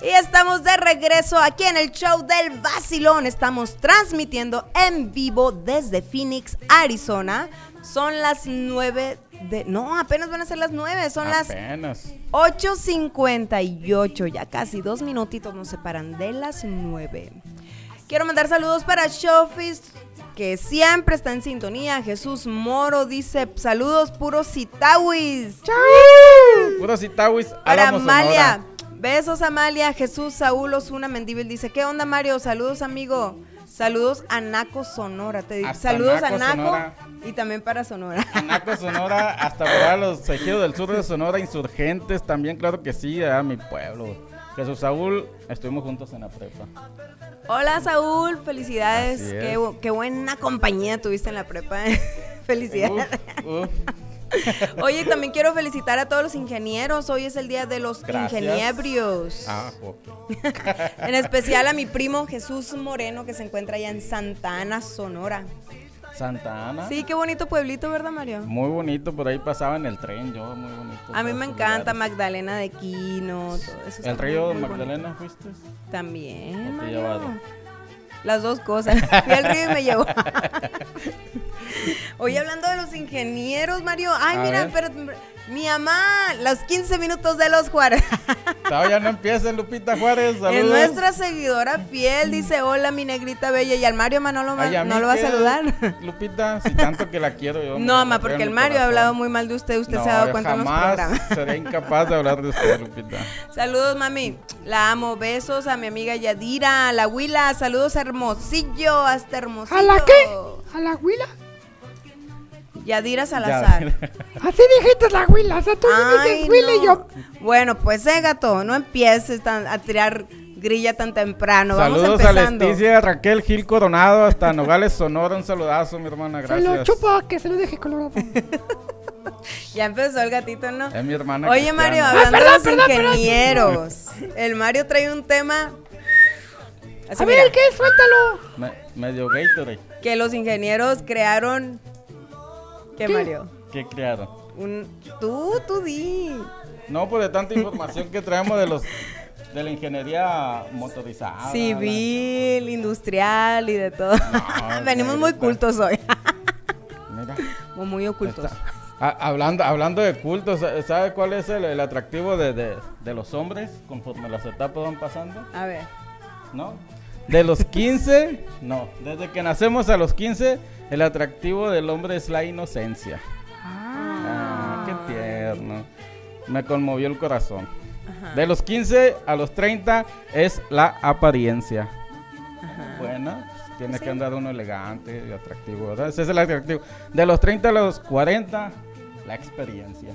Y estamos de regreso aquí en el show del vacilón. Estamos transmitiendo en vivo desde Phoenix, Arizona. Son las 9 de... No, apenas van a ser las 9. Son las Apenas. 8.58, ya casi dos minutitos nos separan de las 9. Quiero mandar saludos para Shofis, que siempre está en sintonía. Jesús Moro dice, saludos puros citawis. Puro Citawis, Para Álamo, Sonora. Amalia, besos Amalia. Jesús Saúl Osuna Mendíbil dice, ¿qué onda Mario? Saludos amigo. Saludos a Naco Sonora. Te digo. Hasta Saludos a Naco, Naco Sonora. y también para Sonora. Naco Sonora, hasta por allá los ejidos del sur de Sonora, insurgentes también, claro que sí, a mi pueblo. Jesús Saúl, estuvimos juntos en la prepa. Hola Saúl, felicidades. Así es. Qué, bu- qué buena compañía tuviste en la prepa. felicidades. Uf, uf. Oye, también quiero felicitar a todos los ingenieros. Hoy es el día de los Gracias. ingenieros. Ah, ok. En especial a mi primo Jesús Moreno que se encuentra allá en Santa Ana, Sonora. Santa Ana. Sí, qué bonito pueblito, ¿verdad, Mario? Muy bonito, por ahí pasaba en el tren, yo, muy bonito. A mí me todos esos encanta lugares. Magdalena de Quino, todo eso. ¿El está río muy de bonito. Magdalena fuiste? ¿O te También, llevaron? Mario. Las dos cosas. Fui al río y me llevó. Oye, hablando de los ingenieros, Mario. Ay, A mira, ver. pero- mi mamá, los 15 minutos de los Juárez. Todavía no empieza Lupita Juárez, Es saludos. nuestra seguidora fiel. Dice, hola, mi negrita bella. Y al Mario Manolo ma- Ay, a mí no lo va a qué, saludar. Lupita, si tanto que la quiero yo. No, me mamá, la traigo porque en el mi Mario ha hablado corazón. muy mal de usted. Usted No, se ha dado cuenta en los jamás programas. Seré incapaz de hablar de usted, Lupita. Saludos, mami. La amo. Besos a mi amiga Yadira, a la Huila. Saludos, a Hermosillo, hasta Hermosillo. ¿A la qué? ¿A la huila? Yadira Salazar. Así dijiste la huila, o sea, tú me Ay, dices huila y no. yo... Bueno, pues, eh, gato, no empieces tan- a tirar grilla tan temprano. Vamos Saludos a empezando. Leticia, Raquel Gil Coronado, hasta Nogales, Sonora. Un saludazo, mi hermana, Se gracias. lo chupa, que se lo deje colorado. ya empezó el gatito, ¿no? Es mi hermana. Oye, cristiana. Mario, hablando Ah, perdón, de perdón, los perdón. ingenieros. El Mario trae un tema. Así, A mira, ver, ¿qué? Suéltalo. Me- medio eh. Gatorade. Que los ingenieros crearon. ¿Qué, ¿Qué? Mario? ¿Qué crearon? Un- tú, tú di. No, por de tanta información que traemos de los de la ingeniería motorizada. Civil, industrial y de todo. No, Venimos muy negrita. cultos hoy. la- Mira, Muy, muy ocultos. está- a- hablando, hablando de cultos, ¿sabe cuál es el, el atractivo de, de- de los hombres conforme las etapas van pasando? A ver. ¿no? De los 15, no, desde que nacemos a los 15, el atractivo del hombre es la inocencia. Ah, qué tierno. Me conmovió el corazón. De los 15 a los 30 es la apariencia. Bueno, pues, tiene que andar uno elegante y atractivo, ¿verdad? Ese es el atractivo. De los 30 a los 40, la experiencia.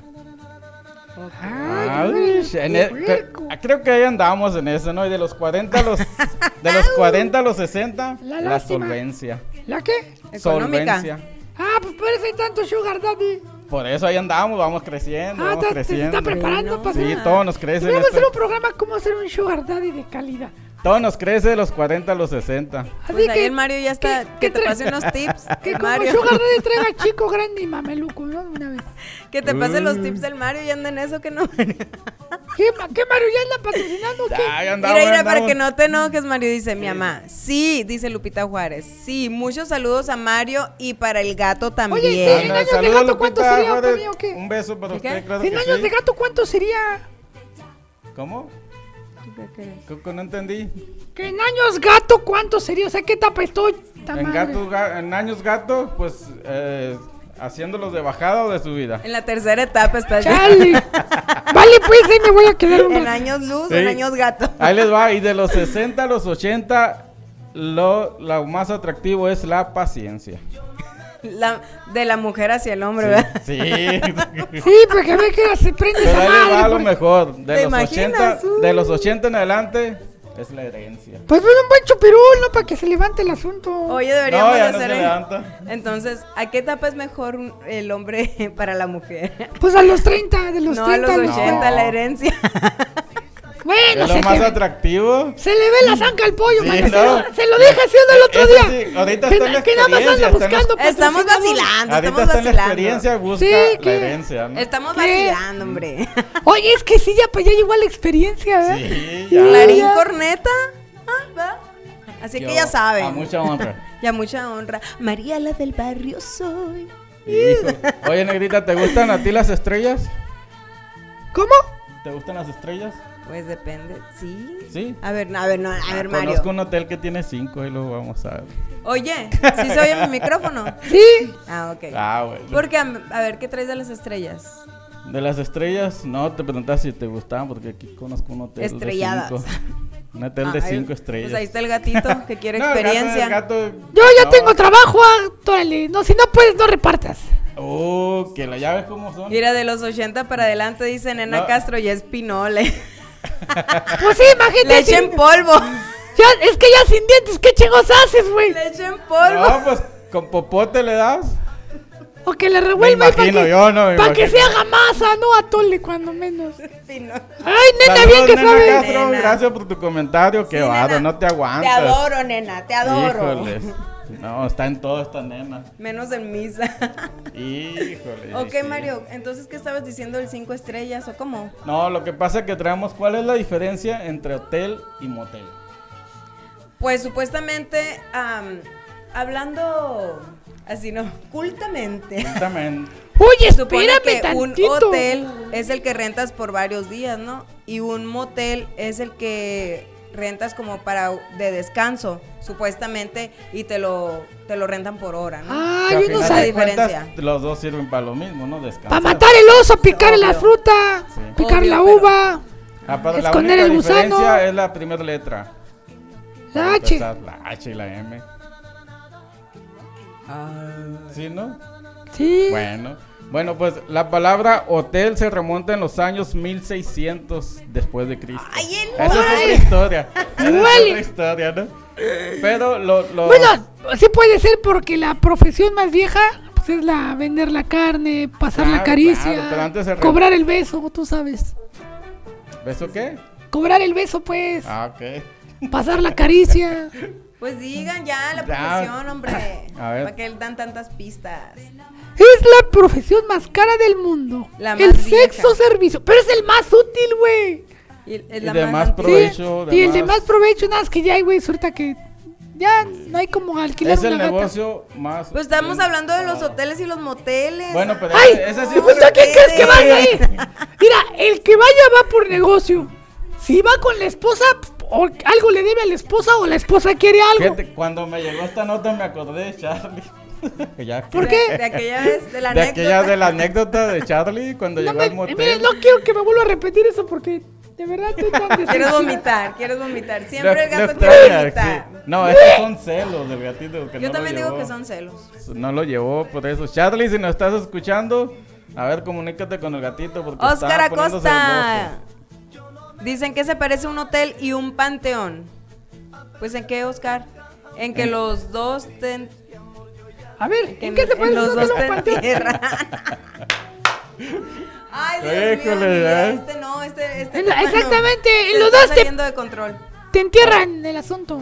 Ay, Ay, qué en el- cre- rico. creo que ahí andamos en eso, ¿no? Y de los 40 a los de los 40 a los 60, La la, lástima. solvencia. ¿La qué? Económica. Solvencia. Ah, pues por eso hay tanto sugar daddy. Por eso ahí andamos, vamos creciendo, Ah, vamos te, te- te creciendo. está preparando pues, Sí, para Sí, hacer... todo nos crece. en Deberíamos esto- hacer un programa como hacer un sugar daddy de calidad. Todo nos crece de los 40 a los 60. Así Pues ahí que... el Mario ya está. ¿qué- que qué te tra- pase unos tips. Que como Mario. sugar daddy traiga chico, grande y mameluco, ¿no? De Una vez. Que te pase los Mm. tips del Mario y anda en eso que no. ¿Qué, ma- qué Mario ya anda patrocinando o qué? Ahí Mira, andamos, mira, para andamos. que no te enojes, Mario dice mi mamá. Sí, dice Lupita Juárez. Sí, muchos saludos a Mario y para el gato también. Oye, sí, en Anda, años de saludos, gato, ¿cuánto Lupita sería, Juárez. Antonio, o qué? Un beso para ¿De qué? usted, claro En que años sí. de gato, ¿cuánto sería? ¿Cómo? ¿Cómo que No entendí. Que en años gato, ¿cuánto sería? O sea, ¿qué etapa estoy? Ta En, madre. gatos, ga- en años gato, pues eh, haciéndolos de bajada o de subida. En la tercera etapa está Chale. vale, pues ahí me voy a quedar un En rato. años luz, Sí. Ah. en años gato. Ahí les va, y de los 60 a los 80, lo, lo más atractivo es la paciencia. La- de la mujer hacia el hombre, ¿verdad? Sí. Sí, porque a ver que se prende Pero esa ahí les va madre. lo pues. mejor. ¿Te De los, imaginas? 80, Uy. de los 80 en adelante es la herencia. Pues bueno, un buen chupirul, ¿no? Para que se levante el asunto. Oye, deberíamos No, ya no hacer se el- levanta. Entonces, ¿a qué etapa es mejor un- el hombre para la mujer? Pues a los 30, de los no 30 a los los 80 la 30. herencia. Bueno, Es lo se, más te- atractivo. se le ve la zanca al pollo, Sí, man. no. Se, lo, se lo dije haciendo el otro Eso día. sí, ahorita que, está en la que nada más experiencia, está anda en la- buscando. Estamos patrocinador. vacilando, Ahorita estamos está en la vacilando. experiencia, busca Sí, la ¿qué? herencia. ¿no? Estamos ¿Qué? vacilando, hombre. Oye, es que sí, ya, pues ya llegó la experiencia, ¿verdad? Sí, Ah. Clarín Ya. Corneta. Ah, va. Así Yo, que ya saben. A mucha honra. Y a mucha honra. María la del barrio soy. Hijo. Oye, negrita, ¿te gustan a ti las estrellas? ¿Cómo? ¿Te gustan las estrellas? Pues depende, sí. Sí. Ah, A ver, a ver, no, a ver, Mario. Conozco un hotel que tiene cinco y lo vamos a ver. Oye, ¿sí se oye mi micrófono? Sí. Ah, ok. Ah, bueno. Porque, a, a ver, ¿qué traes de las estrellas? De las estrellas, no te preguntas si te gustaban porque aquí conozco un hotel Estrelladas. de cinco. Un hotel de Ah, ahí- cinco estrellas. Pues ahí está el gatito que quiere No, el gato- experiencia. el gato- Yo ya no. tengo trabajo, ah, órale. No, si no puedes, no repartas. Oh, que la llave cómo son. Mira, de los 80 para adelante dicen Nena No. Castro y es Pinole. Pues sí, imagínate. Leche sin- en polvo. ya- es que ya sin dientes, ¿qué chingos haces, güey? Leche en No, polvo. pues con popote le das. O que le revuelva y para imagino, que, yo no me pa' que imagino. se haga masa, no atole cuando menos. Pinole. Ay, nena, Saludos, bien que nena sabe. Castro, Nena. gracias por tu comentario. Qué Sí, vado, nena. no te aguantas. Te adoro, nena, te adoro. Híjoles. No, está en todo esta nena. Menos en misa. Híjole. ok, sí. Mario, entonces, ¿qué estabas diciendo del 5 estrellas o cómo? No, lo que pasa es que traemos cuál es la diferencia entre hotel y motel. Pues supuestamente, am, hablando así, ¿no? Cultamente. Exactamente. Oye, Se supone espérame que un tantito. hotel es el que rentas por varios días, ¿no? Y un motel es el que rentas como para de descanso, supuestamente, y te lo, te lo rentan por hora, ¿no? Ah, Que a yo no final de sabe. sabía. cuentas, Diferencia. los dos sirven para lo mismo, ¿no? Descansar. Para matar el oso, picar la Obvio. fruta, Sí. picar Obvio, la pero- uva, Ah, pero la esconder única el gusano. diferencia es la primera letra. Para la H. empezar, La H y la M. ¿Sí, no? Sí. Bueno, bueno, pues la palabra hotel se remonta en los años 1600 después de Cristo. Ay, el Esa es otra mal. historia. Esa es Huele. otra historia, ¿no? Pero lo, lo- Bueno, sí puede ser porque la profesión más vieja pues es la vender la carne, pasar la Claro, caricia, claro, pero antes se re- cobrar el beso, tú sabes. ¿Beso qué? Cobrar el beso, pues, Ah, ok. pasar la caricia. Pues digan ya la Ya. profesión, hombre. A ver. Para que dan tantas pistas. Es la profesión más cara del mundo. La el más vieja. sexo servicio. Pero es el más útil, güey. Y, es Y la de más antigua. prove- Provecho, de y el de más- más provecho, nada, es que ya hay, güey, suelta que ya no hay como alquilar Es el una gata. negocio más. Pues estamos bien hablando de los pagado. hoteles y los moteles. Oh. Bueno, pero ¡Ay! ese, ese sí ¿Y es pues a otro- quién crees que Sí. vaya ahí? Mira, el que vaya va por negocio. Si va con la esposa, p- o algo le debe a la esposa o la esposa quiere algo. Fíjate, cuando me llegó esta nota me acordé de Charlie. Ya ¿Por que- qué? De aquella vez, de la de anécdota. aquella de la anécdota de Charlie cuando No llegó me- al motel. mira, no quiero que me vuelva a repetir eso porque de verdad estoy tan Quieres decepcionada. vomitar, quieres vomitar. Siempre Lo- el gato lo quiere extraña, vomitar. sí. No, estos son celos del gatito. que Yo no lo también digo llevó. Pues, que son celos. No lo llevó por eso. Charlie, si nos estás escuchando, a ver, comunícate con el gatito. Porque está Oscar poniéndose Acosta. hermoso. Dicen que se parece un hotel y un panteón. Pues en qué, Oscar? En que los dos ten- A ver, que ¿en qué te en parece los los dos te panteones? entierran. Ay, Dios mío, Híjole, mira, ¿eh? este no, este, este En la- tema no. exactamente, Se en los está dos te- saliendo de control. Te entierran el asunto.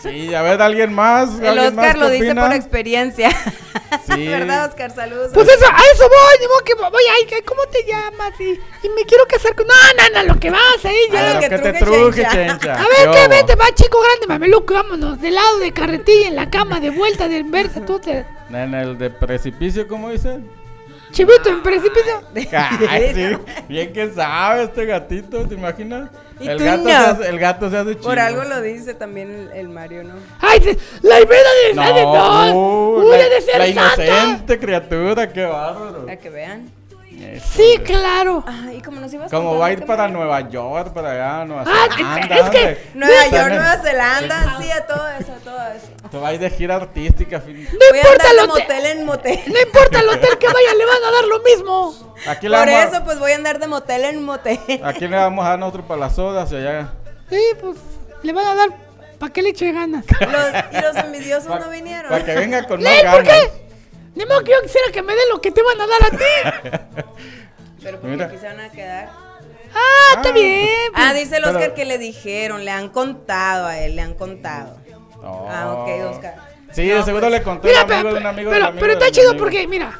Sí, a ver, alguien más. El ¿Alguien más Oscar que lo dice opina? por experiencia. Sí. eh, ¿Verdad, Oscar? Saludos. Pues eso, a eso voy, ni modo que voy, ay, ay, ¿cómo te llamas? Y, y me quiero casar con. No, no, no, lo que vas ahí, A ya lo lo que que te truje, truje, chencha. chencha. A ver, Yo. ¿qué vente? Va chico grande, mameluco, vámonos. De lado, de carretilla, en la cama, de vuelta, de inversa, tú te... En el de precipicio, ¿cómo dice? Chivito, en precipicio. Ay, sí, Bien que sabe este gatito, ¿te imaginas? Y el, tú gato no. se hace, el gato se hace chido. Por algo lo dice también el, el Mario, ¿no? Ay, se- la Ibera de... No, de... No, no. uh, Uy, la, ha de la ser santa. inocente criatura, qué bárbaro. Para que vean. Sí, claro. Ay, y como nos ibas Como contando, va a ir ¿qué para más? Nueva York, para allá, Nueva Ah, Zelanda. es que- hombre. Nueva Está York, en- Nueva Zelanda, sí, a todo eso, a todo eso. Te va a ir de gira artística. fin- No Voy a importa andar el de hotel. motel en motel. No importa el hotel que vaya, le van a dar lo mismo. Aquí le, Por vamos, eso, pues voy a andar de motel en motel. a- aquí le vamos a dar nosotros para las sodas y allá. Sí, pues, le van a dar... ¿Para qué le eche ganas? Los, y los envidiosos Pa- no vinieron. Para que venga con más Ley, ¿por ganas. qué? Ni modo que yo quisiera que me den lo que te van a dar a ti. Pero porque Mira. aquí se van a quedar. Ah, está bien. pues. Ah, dice el Oscar Pero- que le dijeron, le han contado a él, le han contado. Ah, ok, Oscar. Sí, No, de seguro pues- le contó Mira, un amigo pero, de un amigo pero, del amigo pero del está chido amigo. porque, mira,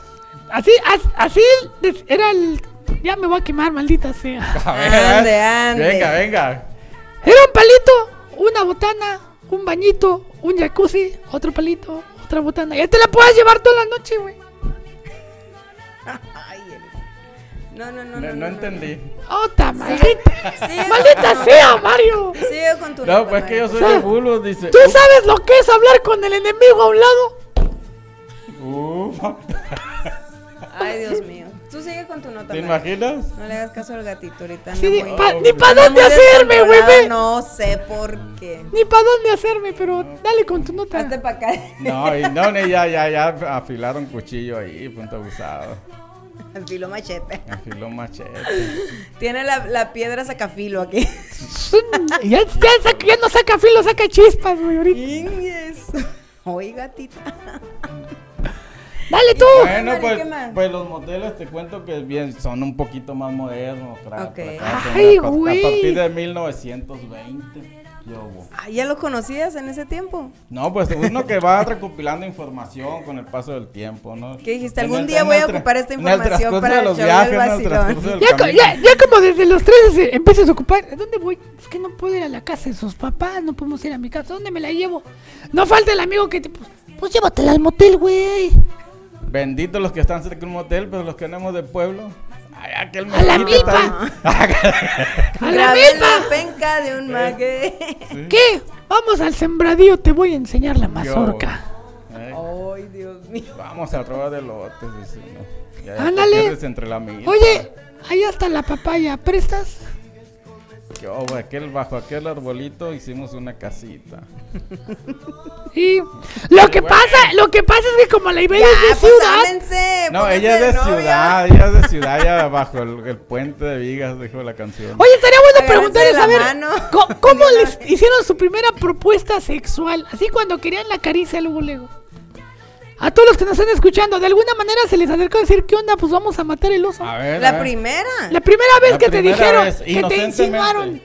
así, as- así des- era el... Ya me voy a quemar, maldita sea. A ver, a Ande, ver. ande. Venga, venga. Era un palito, una botana, un bañito, un jacuzzi, otro palito, otra botana. Ya te la puedes llevar toda la noche, güey. Ay, el- no, no, no, no, No, no no, no. entendí. Otra maldita. Sigue con- Maldita sea, Mario. Sigue con tu No, nota, pues es que yo Mario. soy de bulos, dice. ¿Tú sabes lo que es hablar con el enemigo a un lado? Uf, uf. Ay, Dios mío. Tú sigue con tu nota. ¿Te Mario. imaginas? No le hagas caso al gatito ahorita. Sí, anda ni muy- pa, no, ni pa' anda dónde muy hacerme, güey. descontrolado, ve. No sé por qué. Ni pa' dónde hacerme, pero dale con tu nota. Hazte para acá. No, y no, ni ya, ya, ya afilaron cuchillo ahí, punto abusado. Filo machete. Afiló machete. Tiene la, la piedra sacafilo aquí. Ya, ya saca- ya no saca filo, saca chispas, güey, ahorita. Ingues. Oye, gatita. Dale tú. Bueno, Ándale, pues, ¿qué más? pues los moteles te cuento que bien son un poquito más modernos. tra- Ok. tra- tra- Ay, a, par- güey. a partir de 1920. ¿qué hubo? Ah, ¿Ya lo conocías en ese tiempo? No, pues uno que va recopilando información con el paso del tiempo, ¿no? ¿Qué dijiste? En Algún el- día en voy el a tra- ocupar esta en el información transcurso para de el los show viajes, del en el vacilón. transcurso del Ya, co- camino. ya- ya como desde los 13 empiezas a ocupar. ¿A dónde voy? Es que no puedo ir a la casa de sus papás, no podemos ir a mi casa. ¿Dónde me la llevo? No falta el amigo que te. Pues, pues llévatela al motel, güey. Benditos los que están cerca de un motel, pero los que andamos de pueblo. Ay, aquel A la mezquite está milpa. ahí. ¡A la Grabé milpa! la penca de un mague. ¿Qué? Vamos al sembradío, te voy a enseñar la Yo, mazorca. Ay, Ay, Dios mío. Vamos a robar de lotes, dice. ¿no? Ya, ya te Ándale. pierdes entre la milpa. Oye, ahí está la papaya, ¿prestas? Qué hubo, aquel bajo aquel arbolito hicimos una casita. Y lo que pasa, lo que pasa es que como la Iberia Ya, es de pues ciudad, háblense, No, pónganse ella es de novia. ciudad, ella es de ciudad, ella bajo el, el puente de Vigas, dijo la canción. oye, estaría bueno Agárrense de preguntarles la a ver mano. co- cómo, les hicieron su primera propuesta sexual, así cuando querían la caricia luego luego. A todos los que nos están escuchando, de alguna manera se les acercó a decir, ¿qué onda? Pues vamos a matar el oso. A ver, a La ver. primera. La primera vez La que primera te dijeron, vez, que te inocentemente. insinuaron.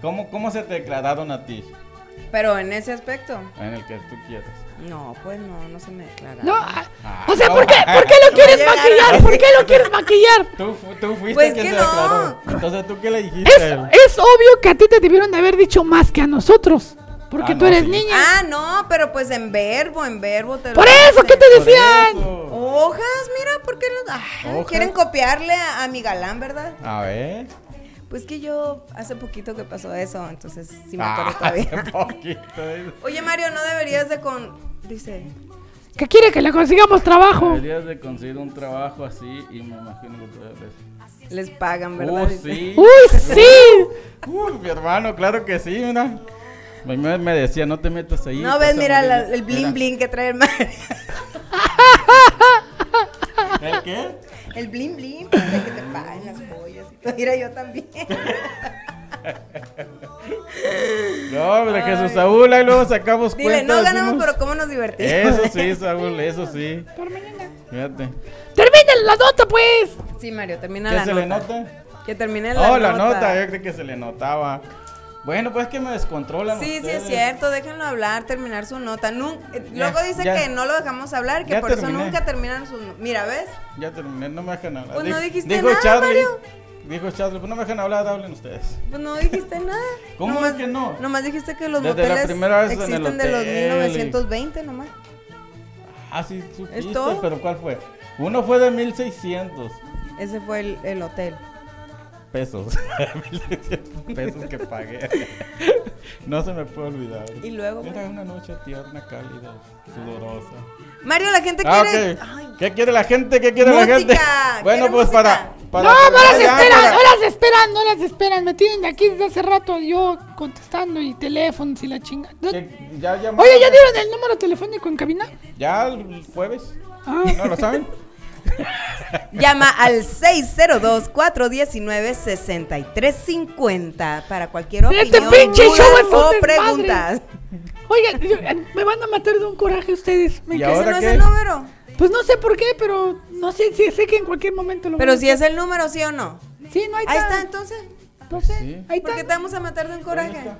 ¿Cómo, ¿Cómo se te declararon a ti? Pero en ese aspecto. En el que tú quieras. No, pues no, no se me declara. No, ah, Ah, o sea, ¿por no. qué, ¿por qué lo quieres llegaron. maquillar? ¿Por qué lo quieres maquillar? Tú, fu- tú fuiste Pues quien que se no. declaró. Entonces, ¿tú qué le dijiste? Es, a él? es obvio que a ti te debieron de haber dicho más que a nosotros. Porque Ah, tú no, eres sí. niña. Ah, no, pero pues en verbo, en verbo te lo Por eso, dicen. ¿qué te Por decían? eso. Hojas, mira, ¿por qué los- Ay, Hojas. quieren copiarle a, a mi galán, verdad? A ver. Pues que yo hace poquito que pasó eso, entonces sí me acuerdo Ah, todavía. hace poquito, dice. Oye, Mario, no deberías de con... Dice... Que quiere que le consigamos trabajo. Deberías de conseguir un trabajo así y me imagino que tú eres. Les pagan, ¿verdad? Uh, Dice. sí. Uy, sí. Uy, mi hermano, claro que sí, mira. Mi mamá me decía, no te metas ahí. No ves, estás mira la- aburrido". el bling Mira. bling que trae el Mario. ¿El qué? El bling bling, para que te paguen las joyas. y todo. Mira, yo también. No, hombre, Jesús Saúl, ahí luego sacamos Dile, cuenta, no ganamos, decimos, pero cómo nos divertimos. Eso sí, Saúl, eso sí. Fíjate. Termina la nota, pues. Sí, Mario, termina ¿Qué la se nota. le nota? Que termine la nota. Oh, la nota, yo creí que se le notaba. Bueno, pues es que me descontrolan Sí, sí, ustedes. es cierto, déjenlo hablar, terminar su nota. Nun- eh, Ya, luego dice ya. que no lo dejamos hablar, que Ya por eso terminé. nunca terminan sus... no- Mira, ¿ves? Ya terminé, no me dejan hablar. Pues Di- no dijiste dijo nada, Charlie, Mario. Dijo Charlie, pues no me dejan hablar, hablen ustedes. Pues no dijiste nada. ¿Cómo es que no? Nomás dijiste que los Desde la moteles primera vez en el existen de los hotel y- 1920 nomás. Ah, sí, supiste, todo? pero ¿cuál fue? Uno fue de 1600 Ese fue el, el hotel. pesos. 1600 pesos que pagué. No se me puede olvidar. Y luego, Era una noche tierna, cálida, sudorosa. Mario, la gente Ah, quiere... ok. Ay, ¿Qué quiere la gente? ¿Qué quiere Música, la gente? Bueno, ¿quiere pues música? para, para. No, no cerrar las ya, esperan, para- no las esperan, no las esperan. Me tienen aquí desde hace rato yo contestando y teléfonos y la chinga. Oye, ¿Qué- Ya llamaron? ¿ya dieron el número telefónico en cabina? ¿Ya el jueves? Ah. ¿No lo saben? Llama al 602-419-6350 para cualquier opinión, Este pinche dudas show es un o desmadre. preguntas. Oigan, yo- eh, me van a matar de un coraje ustedes. Me ¿Y caen. Ese ahora no es qué? el número. Pues no sé por qué, pero no sé si sé que en cualquier momento lo Pero van a si es el número, ¿sí o no? Sí, no hay Ahí está tan- entonces. No sé. Sí. Ahí ¿Por qué está. te vamos a matar de un coraje?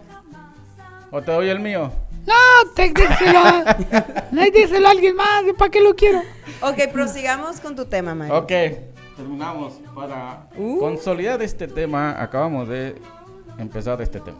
¿O te doy el mío? No, te, díselo, a, Ay, díselo a alguien más. ¿Para qué lo quiero? Ok, prosigamos con tu tema, Mario. Ok, terminamos. Para Uh. consolidar este tema, acabamos de empezar este tema.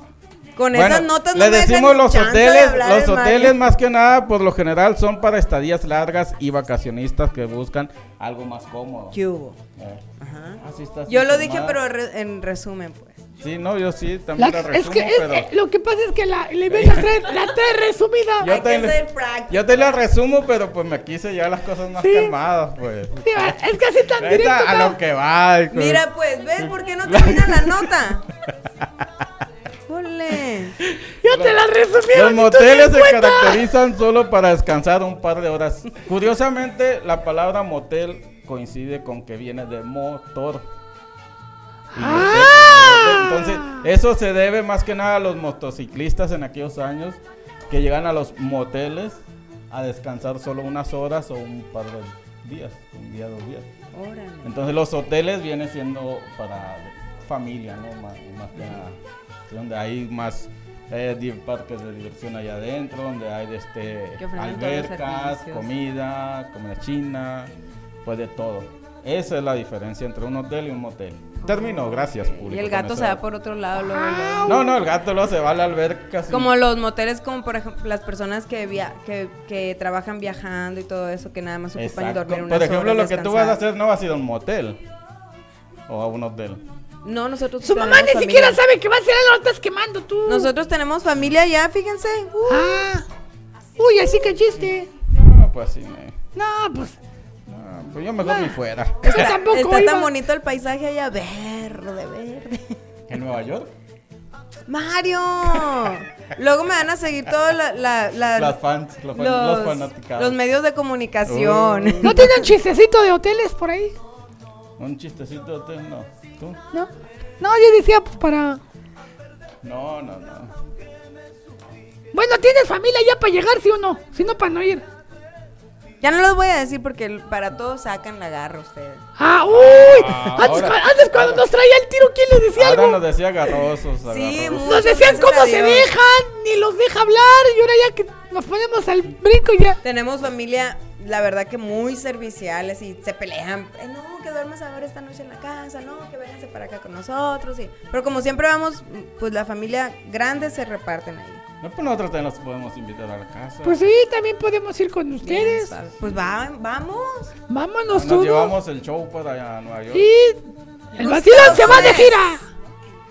Con Bueno, esas notas no le me dejan decimos los chance de hoteles, hablar los el Mario. hoteles más que nada por lo general son para estadías largas y vacacionistas que buscan algo más cómodo. ¿Qué hubo? Eh, Ajá. así estás Yo lo informada. dije, pero re- en resumen, pues. Sí, no, yo sí, La- también lo es resumo, que es- pero... eh, lo que pasa es que la, el evento la trae, la trae resumida. Yo Hay que te- ser práctico. Yo te la resumo, pero pues me quise llevar las cosas más Sí. calmadas, pues. Sí, va, es casi tan Ahorita directo. a ¿no? lo que va. hijo. Mira, pues, ¿ves por qué no termina la nota? Ole. Yo te la resumí. Los moteles se caracterizan solo para descansar un par de horas. Curiosamente, la palabra motel coincide con que viene de motor. Y Ah. motel, motel. Entonces, eso se debe más que nada a los motociclistas en aquellos años que llegan a los moteles a descansar solo unas horas o un par de días, un día, dos días. Órale. Entonces los hoteles viene siendo para familia, ¿no? Más, más que nada. Donde hay más eh, di- parques de diversión allá adentro, donde hay este, Que ofrecen todos los albercas, servicios. comida, comida china, pues de todo. Esa es la diferencia entre un hotel y un motel. Termino, gracias, público. Y el con gato se eso. va por otro lado. luego, luego. Ah, No, no, el gato luego se va a la alberca. sí. Como los moteles, como por ejemplo las personas que, via que, que trabajan viajando y todo eso, que nada más ocupan Exacto. dormir unas Por ejemplo, lo horas, que tú descansar. vas a hacer no va a ser a un motel o a un hotel. No, nosotros Su mamá tenemos ni siquiera familia. sabe que va a ser algo. Estás quemando tú. Nosotros tenemos familia ya, fíjense. Uh. Ah. Uy, así que chiste. No, pues sí, me- No, pues. no, pues yo Ah, mejor ni fuera. Yo Está, tampoco está iba. tan bonito el paisaje allá, verde, verde. ¿En Nueva York? Mario. Luego me van a seguir todos la, la- la- Las fans, los, fan- los fanaticados. Oh. los medios de comunicación. ¿No tiene un chistecito de hoteles por ahí? Un chistecito de hotel, no. ¿Tú? No. No, yo decía, pues para. No, no, no. Bueno, tienes familia ya para llegar, sí o no. Si no, para no ir. Ya no los voy a decir porque para todos sacan la garra ustedes. Ah, uy. Ah, antes, ahora- cu- antes cuando nos traía el tiro, ¿quién le decía Ahora algo? nos decía garrosos. Sí, agarrosos. mu- Nos Muchas decían gracias cómo a se Dios. dejan, ni los deja hablar. Y ahora ya que nos ponemos al brinco, ya. Tenemos familia, la verdad que muy serviciales y se pelean. "Eh, no, que duermas ahora esta noche en la casa, no, que vénganse para acá con nosotros. y- Pero como siempre vamos, pues la familia grande se reparten ahí. No, pues nosotros también los podemos invitar a la casa. Pues sí, también podemos ir con Bien, ustedes. suave. Pues va- vamos. Vámonos nos pues, todos. llevamos el show para allá a Nueva York. Y el Nos vacilón se va de vemos. gira.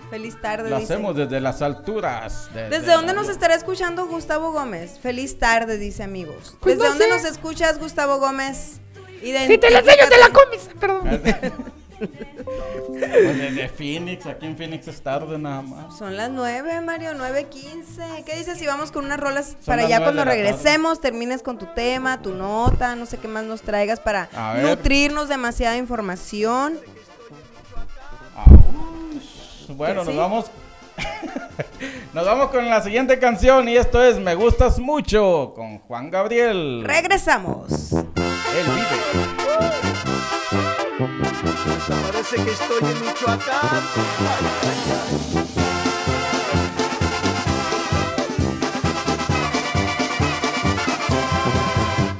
Feliz tarde. Lo dice. hacemos desde las alturas. de- de ¿Desde dónde Nueva nos York. estará escuchando Gustavo Gómez? Feliz tarde, dice amigos. Pues ¿Desde no dónde sé. nos escuchas, Gustavo Gómez? Si te la enseño, te la comes. Perdón. Pues desde Phoenix, aquí en Phoenix es tarde nada más. Son las 9, Mario, 9.15. ¿Qué dices si vamos con unas rolas para las ya nueve cuando de la tarde. regresemos termines con tu tema, tu nota, no sé qué más nos traigas para A ver. nutrirnos demasiada información? Ah, ush. Bueno, ¿Que nos sí? vamos. nos vamos con la siguiente canción y esto es Me gustas mucho con Juan Gabriel. Regresamos. Él vive. Parece que estoy en Michoacán.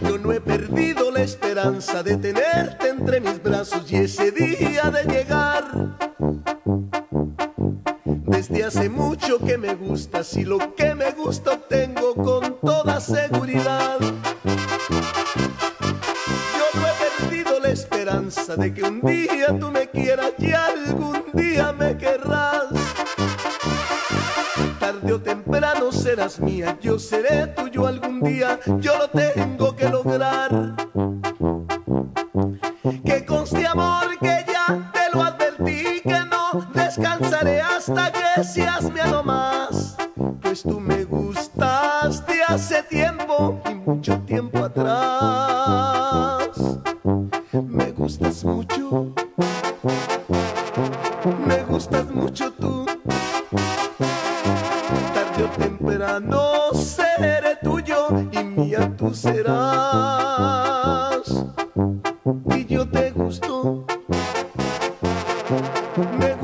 Yo no he perdido la esperanza de tenerte entre mis brazos y ese día de llegar. Desde hace mucho que me gustas y lo que me gusta obtengo con toda seguridad. Yo no he perdido la esperanza de que un día tú me quieras y algún día me querrás. Tarde o temprano serás mía, yo seré tuyo algún día, yo lo tengo que lograr. Que conste amor que ya te lo advertí que no descansaré hasta que seas mi lo más. Pues tú me gustas de hace tiempo y mucho tiempo atrás. Me gustas mucho. Me gustas mucho tú. Tarde o temprano seré tuyo y mía tú serás y yo te gusto. Me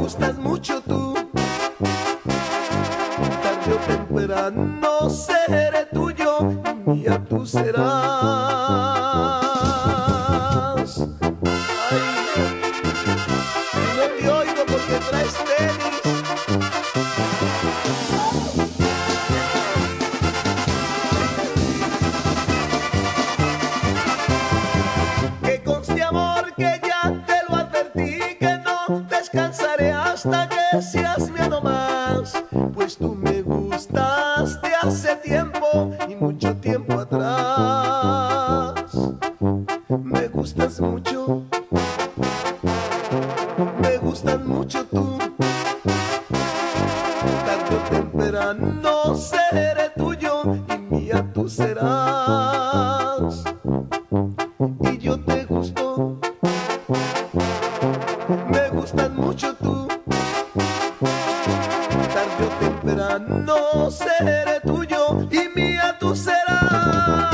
tarde o temprano seré tuyo y mía tú serás. Ay, no te oigo porque traes tenis. Que conste amor que ya te lo advertí Que no descansaré hasta que seas mía nomás Pues tú me gustaste hace tiempo y mucho tiempo atrás Me gustas mucho Me gustas mucho tú Tarde o temprano seré tuyo y mía tú serás y yo te gusto. Me gustas mucho tú. Tarde o temprano seré tuyo y mía tú serás.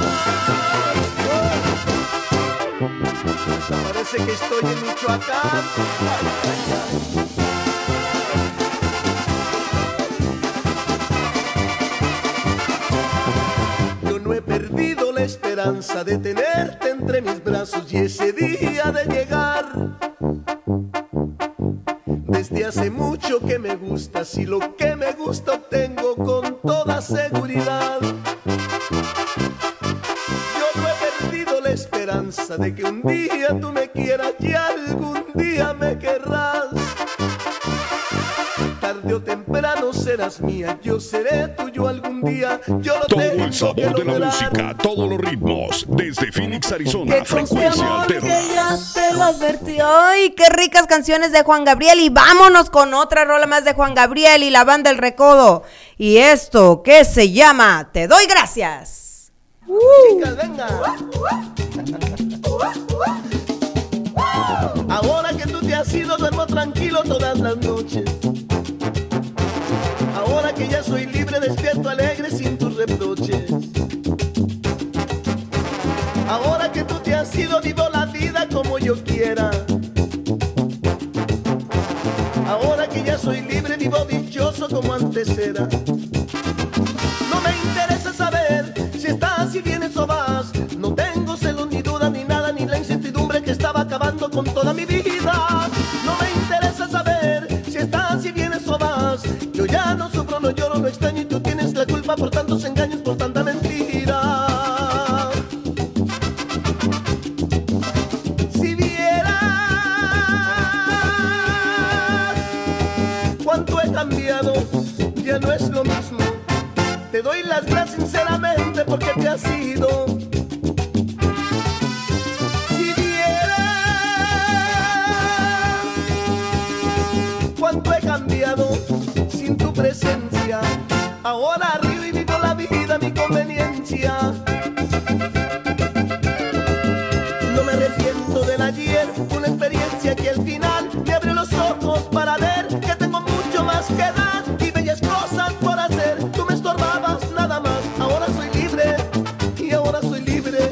Parece que estoy en Michoacán. Ay, ay, ay. Yo no he perdido la esperanza de tenerte entre mis brazos y ese día de llegar. Desde hace mucho que me gustas y lo que me gusta obtengo con toda seguridad. Yo no he perdido la esperanza de que un día tú me quieras y algún día me querrás tarde o temprano serás mía, yo seré tuyo algún día, yo lo Todo tengo el que sabor de la lograr. música, todos los ritmos, desde Phoenix, Que Arizona, conste frecuencia amor que alterna. ya Te lo advertí. ¡Ay, qué ricas canciones de Juan Gabriel! Y vámonos con otra rola más de Juan Gabriel y la banda El Recodo. Y esto que se llama Te doy gracias. chicas, venga. Ahora que tú te has ido, duermo tranquilo todas las noches. Ahora que ya soy libre, despierto alegre sin tus reproches. Ahora que tú te has ido, vivo la vida como yo quiera. Ahora que ya soy libre, vivo dichoso como antes era. No me interesa saber si estás, si vienes o vas. No tengo celos ni duda ni nada, ni la incertidumbre que estaba acabando con toda mi vida. No me interesa saber si estás, si vienes o vas. Yo ya no sufro, no lloro, no extraño y tú tienes la culpa por tantos engaños, por tanta mentira. Si vieras cuánto he cambiado, ya no es lo mismo. Te doy las gracias sinceramente porque te has ido. Si vieras cuánto he cambiado sin tu presencia. Ahora río y vivo la vida a mi conveniencia. No me arrepiento del ayer, una experiencia que al final me abrió los ojos para ver que tengo mucho más que dar y bellas cosas por hacer. Tú me estorbabas nada más, ahora soy libre y ahora soy libre.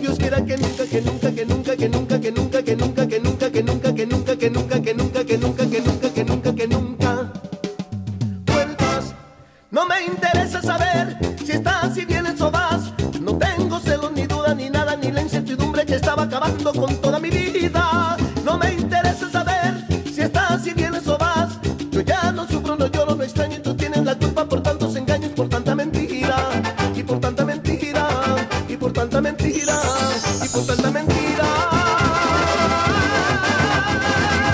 Dios quiera que nunca, que nunca, que nunca, que nunca, que nunca, que nunca, que nunca, que nunca, que nunca, que nunca, que nunca, que nunca, que nunca, que nunca, que nunca vuelvas. No me interesa saber si estás, si vienes o vas. No tengo celos, ni duda, ni nada, ni la incertidumbre que estaba acabando con toda mi vida. No me interesa saber si estás, si vienes o vas. Yo ya no sufro, no lloro, no extraño y tú tienes la culpa por tantos engaños, por tanta mentira. Y por tanta mentira, y por tanta mentira, y por tanta mentira.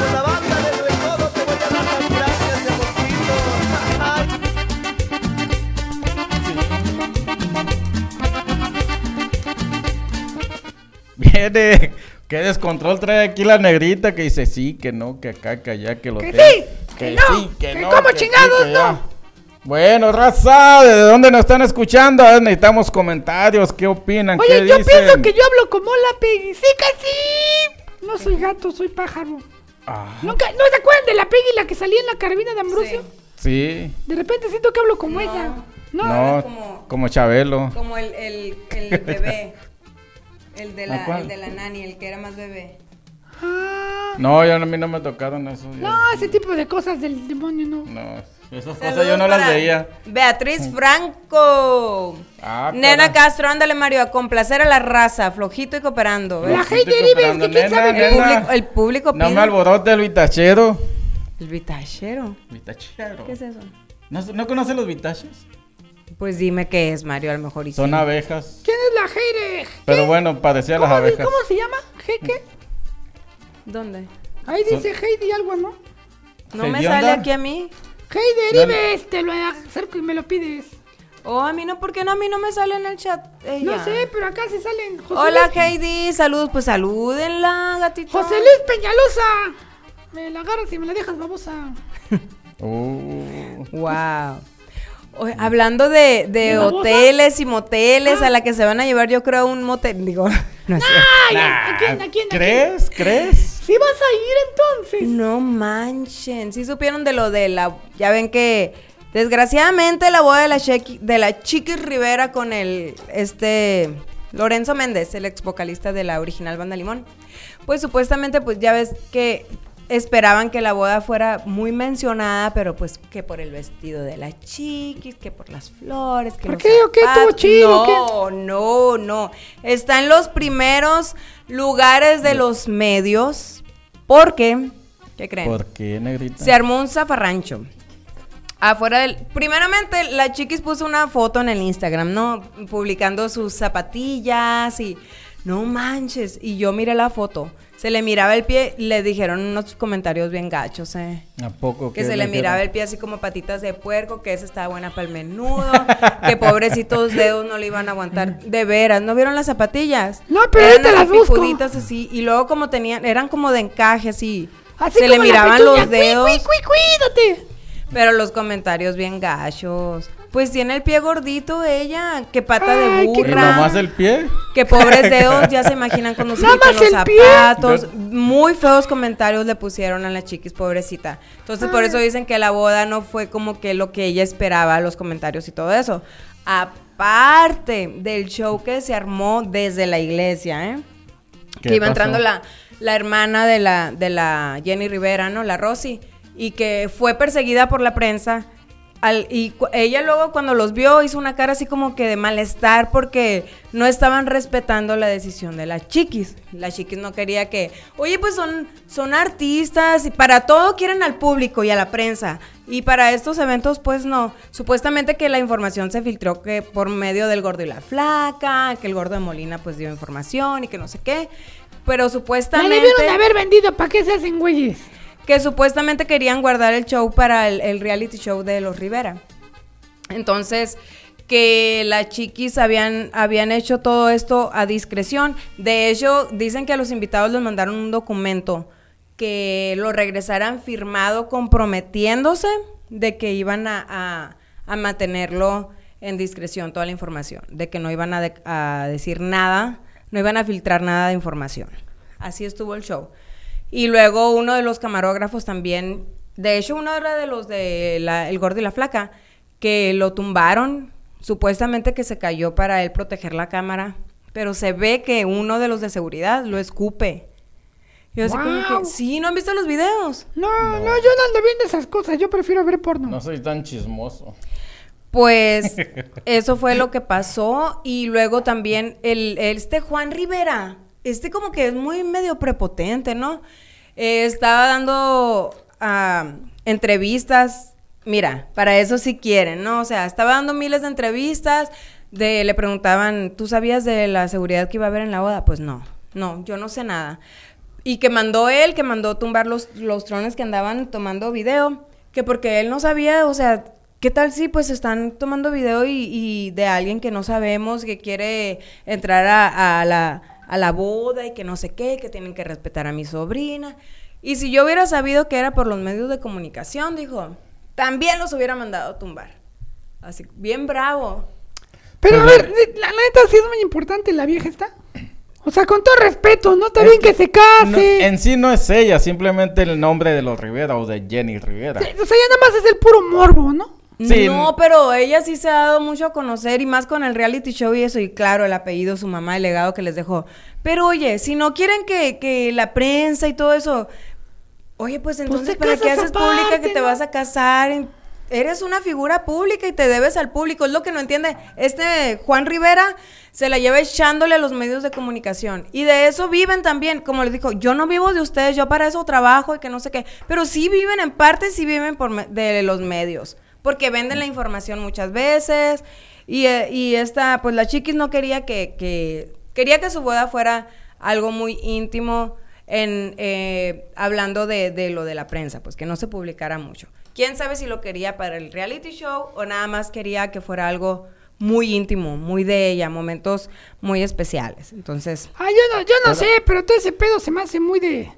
Con la banda del recodo te voy a dar las gracias, de amorcito. Ay. Viene. Qué descontrol trae aquí la negrita que dice sí, que no, que acá, que allá, que lo Que tengo. sí, que no, que cómo chingados no. ya. Bueno, raza, ¿de dónde nos están escuchando? A ver, necesitamos comentarios, ¿qué opinan? Oye, ¿Qué yo dicen? pienso que yo hablo como la Peggy. ¡Sí, casi! No soy gato, soy pájaro. Ah, ¿Nunca, ¿No se acuerdan de la Peggy, la que salía en la carabina de Ambrosio? sí. De repente siento que hablo como ella. No, No, como- como Chabelo. Como el, el, el bebé. El de, ¿A cuál? nani, el que era más bebé. Ah, No, yo, a mí no me tocaron eso. yo- no, ese tipo de cosas del demonio no. no, esas Saludos cosas yo no las para veía. Beatriz Franco. Ah, Nena caray. Castro, ándale Mario, a complacer a la raza, flojito y cooperando. La Pero sí gente estoy libre, comprando. que quién Nena, sabe qué. El nena, público, el público No pide- me alborote el vitachero. El vitachero. ¿Vitachero? ¿Qué es eso? ¿No, ¿No conoces los vitaches? Pues dime qué es, Mario, a lo mejor. y Son sí. abejas. ¿Quién es la Heire? Pero bueno, parecía ¿Cómo, las di- abejas. cómo se llama? ¿Jeque? ¿Dónde? Ahí Son- dice Heidi algo, ¿no? No ¿Se me guionda? sale aquí a mí. Heide Dale. Erives, te lo acerco y me lo pides. Oh, a mí no, ¿por qué no? A mí no me sale en el chat. No ella. sé, pues pero acá se salen. José Hola, Luis- Heidi. Saludos, pues salúdenla, gatito. José Luis Peñalosa. Me la agarras y me la dejas, babosa. Uh, Wow. Oye, hablando de, de ¿La Ah. babosa? hoteles y moteles a la que se van a llevar, yo creo, un motel. Digo, no ¡Ah! es cierto. ¡Ay! nah, ¿A quién? ¿A quién? ¿A quién? ¿Crees? ¿Crees? ¿Sí vas a ir entonces? No manchen. Sí supieron de lo de la. Ya ven que. Desgraciadamente la boda de la, Chequi- de la Chiquis Rivera con el. Este. Lorenzo Méndez, el ex vocalista de la original Banda Limón. Pues supuestamente, pues ya ves que esperaban que la boda fuera muy mencionada, pero pues que por el vestido de la chiquis, que por las flores, que ¿Por los qué? ¿O qué? zapatos. ¿Estuvo chido o qué? No, no, no. Está en los primeros lugares de los medios porque, ¿qué creen? ¿Por qué, negrita? Se armó un zafarrancho. Afuera del... Primeramente, la chiquis puso una foto en el Instagram, ¿no? Publicando sus zapatillas y... No manches. Y yo miré la foto. Se le miraba el pie. Le dijeron unos comentarios bien gachos, ¿eh? ¿A poco? Que qué se le dijeron? miraba el pie así como patitas de puerco, que ese estaba buena para el menudo, que pobrecitos dedos no le iban a aguantar. De veras, ¿no vieron las zapatillas? No, pero eran ahorita así las busco. picuditas así, y luego como tenían, eran como de encaje así. Así se le como la miraban pezuña, los cuí, dedos, cuí, cuí, cuídate. pero los comentarios bien gachos. Pues tiene el pie gordito ella, que pata de Ay, qué ¿Y burra. nomás el pie? Que pobres dedos, ya se imaginan cuando se Nada quitan más los el pie. zapatos. Muy feos comentarios le pusieron a la chiquis, pobrecita. Entonces, por eso dicen que la boda no fue como que lo que ella esperaba, los comentarios y todo eso. Aparte del show que se armó desde la iglesia, ¿eh? ¿Qué que iba pasó? entrando la, la hermana de la, de la Jenny Rivera, ¿no? La Rosy, y que fue perseguida por la prensa. Al- y cu- ella luego cuando los vio hizo una cara así como que de malestar porque no estaban respetando la decisión de las chiquis. Las chiquis no quería que, oye, pues son, son artistas y para todo quieren al público y a la prensa. Y para estos eventos, pues no. Supuestamente que la información se filtró que por medio del gordo y la flaca, que el gordo de Molina pues dio información y que no sé qué. Pero La supuestamente debieron de haber vendido, ¿para qué se hacen güeyes? que supuestamente querían guardar el show para el, el reality show de los Rivera. Entonces, que las chiquis habían, habían hecho todo esto a discreción. De hecho, dicen que a los invitados les mandaron un documento que lo regresaran firmado comprometiéndose de que iban a, a- a mantenerlo en discreción toda la información, de que no iban a, de- a decir nada, no iban a filtrar nada de información. Así estuvo el show. Y luego uno de los camarógrafos también, de hecho uno era de los de la- El Gordo y la Flaca, que lo tumbaron, supuestamente que se cayó para él proteger la cámara, pero se ve que uno de los de seguridad lo escupe. Yo así como ¡Guau! que, sí, ¿no han visto los videos? No, no, yo no ando viendo esas cosas, yo prefiero ver porno. No soy tan chismoso. Pues eso fue lo que pasó y luego también el, este Juan Rivera, este como que es muy medio prepotente, ¿no? Eh, estaba dando ah, entrevistas, mira, para eso sí quieren, ¿no? O sea, estaba dando miles de entrevistas, de, le preguntaban, ¿tú sabías de la seguridad que iba a haber en la boda? Pues no, no, yo no sé nada. Y que mandó él, que mandó tumbar los, los trones que andaban tomando video, que porque él no sabía, o sea, ¿qué tal si pues están tomando video y, y de alguien que no sabemos, que quiere entrar a, a la, a la boda y que no sé qué, que tienen que respetar a mi sobrina? Y si yo hubiera sabido que era por los medios de comunicación, dijo, también los hubiera mandado tumbar. Así, bien bravo. Pero a Pues, ver, la, la neta sí es muy importante la vieja está. O sea, con todo respeto, ¿no? Está bien que, se Ah, No, case. en sí no es ella, simplemente el nombre de los Rivera o de Jenny Rivera. O sea, ya nada más es el puro morbo, ¿no? Sí. No, pero ella sí se ha dado mucho a conocer y más con el reality show y eso. Y claro, el apellido, su mamá, el legado que les dejó. Pero oye, si no quieren que, que la prensa y todo eso. Oye, pues entonces, te ¿para qué casas haces pública que aparte, te ¿no? vas a casar? En- Eres una figura pública y te debes al público. Es lo que no entiende. Este Juan Rivera se la lleva echándole a los medios de comunicación. Y de eso viven también. Como les dijo, yo no vivo de ustedes, yo para eso trabajo y que no sé qué. Pero sí viven en parte, sí viven por me- de los medios. Porque venden la información muchas veces. Y, eh, y esta, pues la chiquis no quería que, que- Quería que su boda fuera algo muy íntimo en eh, hablando de, de lo de la prensa, pues que no se publicara mucho. Quién sabe si lo quería para el reality show o nada más quería que fuera algo muy íntimo, muy de ella, momentos muy especiales. Entonces, Ah, yo no, yo no sé, pero todo ese pedo se me hace muy de.